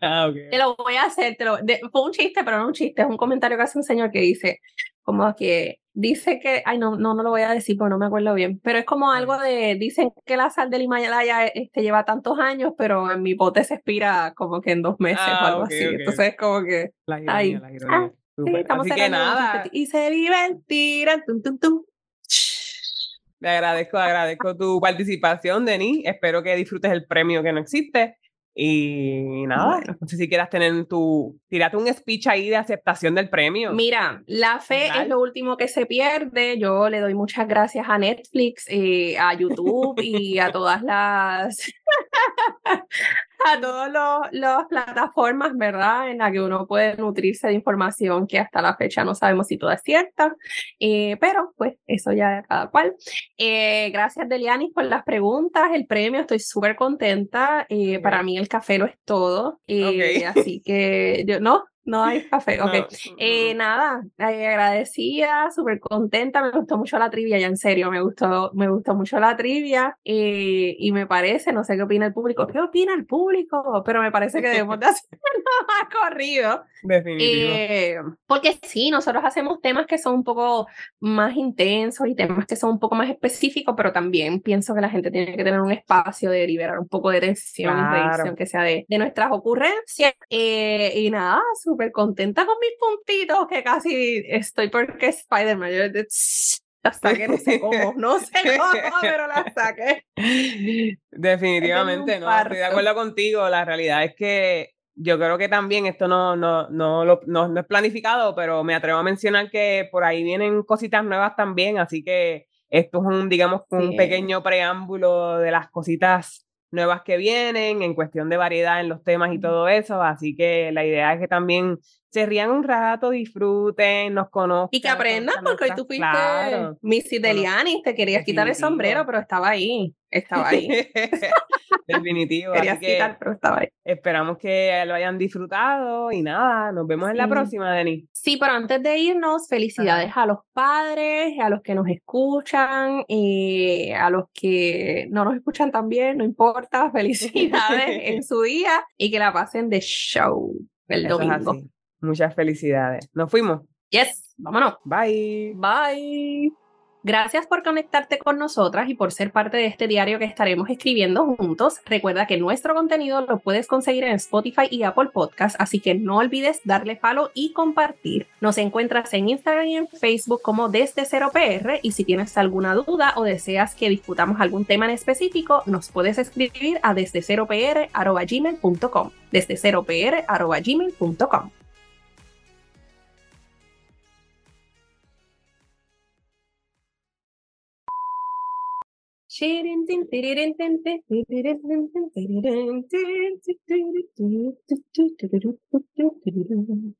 Speaker 2: Ah, ok.
Speaker 1: Te lo voy a hacer, te lo- de- fue un chiste, pero no un chiste, es un comentario que hace un señor que dice, como que dice que, ay no, no, no lo voy a decir porque no me acuerdo bien, pero es como algo de, dicen que la sal del Himalaya este, lleva tantos años, pero en mi bote se expira como que en dos meses o
Speaker 2: Ah,
Speaker 1: algo
Speaker 2: ok,
Speaker 1: así,
Speaker 2: ok.
Speaker 1: entonces es como que,
Speaker 2: La ironía,
Speaker 1: Ay.
Speaker 2: la ironía.
Speaker 1: Ah, sí,
Speaker 2: Súper.
Speaker 1: estamos
Speaker 2: Así que
Speaker 1: sacando un
Speaker 2: nada,
Speaker 1: chiste, y se vive el tira, tum, tum, tum.
Speaker 2: Te agradezco, agradezco tu participación, Denis. Espero que disfrutes el premio que no existe. Y nada,
Speaker 1: Bueno.
Speaker 2: no sé si quieras tener tu. Tírate un speech ahí de aceptación del premio.
Speaker 1: Mira, la fe
Speaker 2: Total.
Speaker 1: es lo último que se pierde. Yo le doy muchas gracias a Netflix, eh, a YouTube y a todas las a todas los- las plataformas, ¿verdad? En las que uno puede nutrirse de información que hasta la fecha no sabemos si toda es cierta. Eh, pero pues eso ya de cada cual. Eh, gracias, Delianis, por las preguntas, el premio, estoy súper contenta. Eh,
Speaker 2: Ok.
Speaker 1: Para mí el café lo es todo. Eh,
Speaker 2: Ok.
Speaker 1: Así que yo, no, no hay café.
Speaker 2: No,
Speaker 1: Ok. Eh,
Speaker 2: mm,
Speaker 1: nada, eh, agradecida, súper contenta, me gustó mucho la trivia, ya en serio, me gustó, me gustó mucho la trivia eh, y me parece, no sé qué opina el público, ¿qué opina el público? Pero me parece que debemos de hacerlo más corrido.
Speaker 2: definitivo.
Speaker 1: Eh, porque sí, nosotros hacemos temas que son un poco más intensos y temas que son un poco más específicos, pero también pienso que la gente tiene que tener un espacio de liberar un poco de tensión y
Speaker 2: Claro.
Speaker 1: reírse, aunque sea de, de nuestras ocurrencias. Eh, y nada, súper contenta con mis puntitos, que casi estoy porque Spider-Man. Yo de- las saqué, no sé cómo, no sé cómo, pero las saqué.
Speaker 2: Definitivamente,
Speaker 1: un
Speaker 2: no, estoy de
Speaker 1: parto.
Speaker 2: acuerdo contigo. La realidad es que yo creo que también esto no, no, no, lo- no, no es planificado, pero me atrevo a mencionar que por ahí vienen cositas nuevas también, así que esto es un, digamos, un
Speaker 1: Sí.
Speaker 2: pequeño preámbulo de las cositas nuevas que vienen en cuestión de variedad en los temas y
Speaker 1: Ujú.
Speaker 2: todo eso, así que la idea es que también se rían un rato, disfruten, nos conozcan.
Speaker 1: Y que aprendan,
Speaker 2: conozcan
Speaker 1: porque hoy
Speaker 2: nuestras-
Speaker 1: tú fuiste
Speaker 2: Claro.
Speaker 1: Missy
Speaker 2: Bueno,
Speaker 1: Deliani, te querías quitar el
Speaker 2: definitivo.
Speaker 1: sombrero, pero estaba ahí, estaba ahí.
Speaker 2: Definitivo.
Speaker 1: Querías
Speaker 2: así que-
Speaker 1: quitar, pero estaba ahí.
Speaker 2: Esperamos que lo hayan disfrutado y nada, nos vemos en la
Speaker 1: Sí.
Speaker 2: próxima, Denis.
Speaker 1: Sí, pero antes de irnos, felicidades a los padres, a los que nos escuchan, eh, a los que no nos escuchan también, no importa, felicidades en su día y que la pasen de show el
Speaker 2: Eso es
Speaker 1: domingo.
Speaker 2: así. Muchas felicidades. Nos fuimos.
Speaker 1: Yes, vámonos.
Speaker 2: Bye.
Speaker 1: Bye. Gracias por conectarte con nosotras y por ser parte de este diario que estaremos escribiendo juntos. Recuerda que nuestro contenido lo puedes conseguir en Spotify y Apple Podcast, así que no olvides darle follow y compartir. Nos encuentras en Instagram y en Facebook como desde 0PR y si tienes alguna duda o deseas que discutamos algún tema en específico, nos puedes escribir a desde 0PR@gmail.com. Desde 0PR@gmail.com. Chirin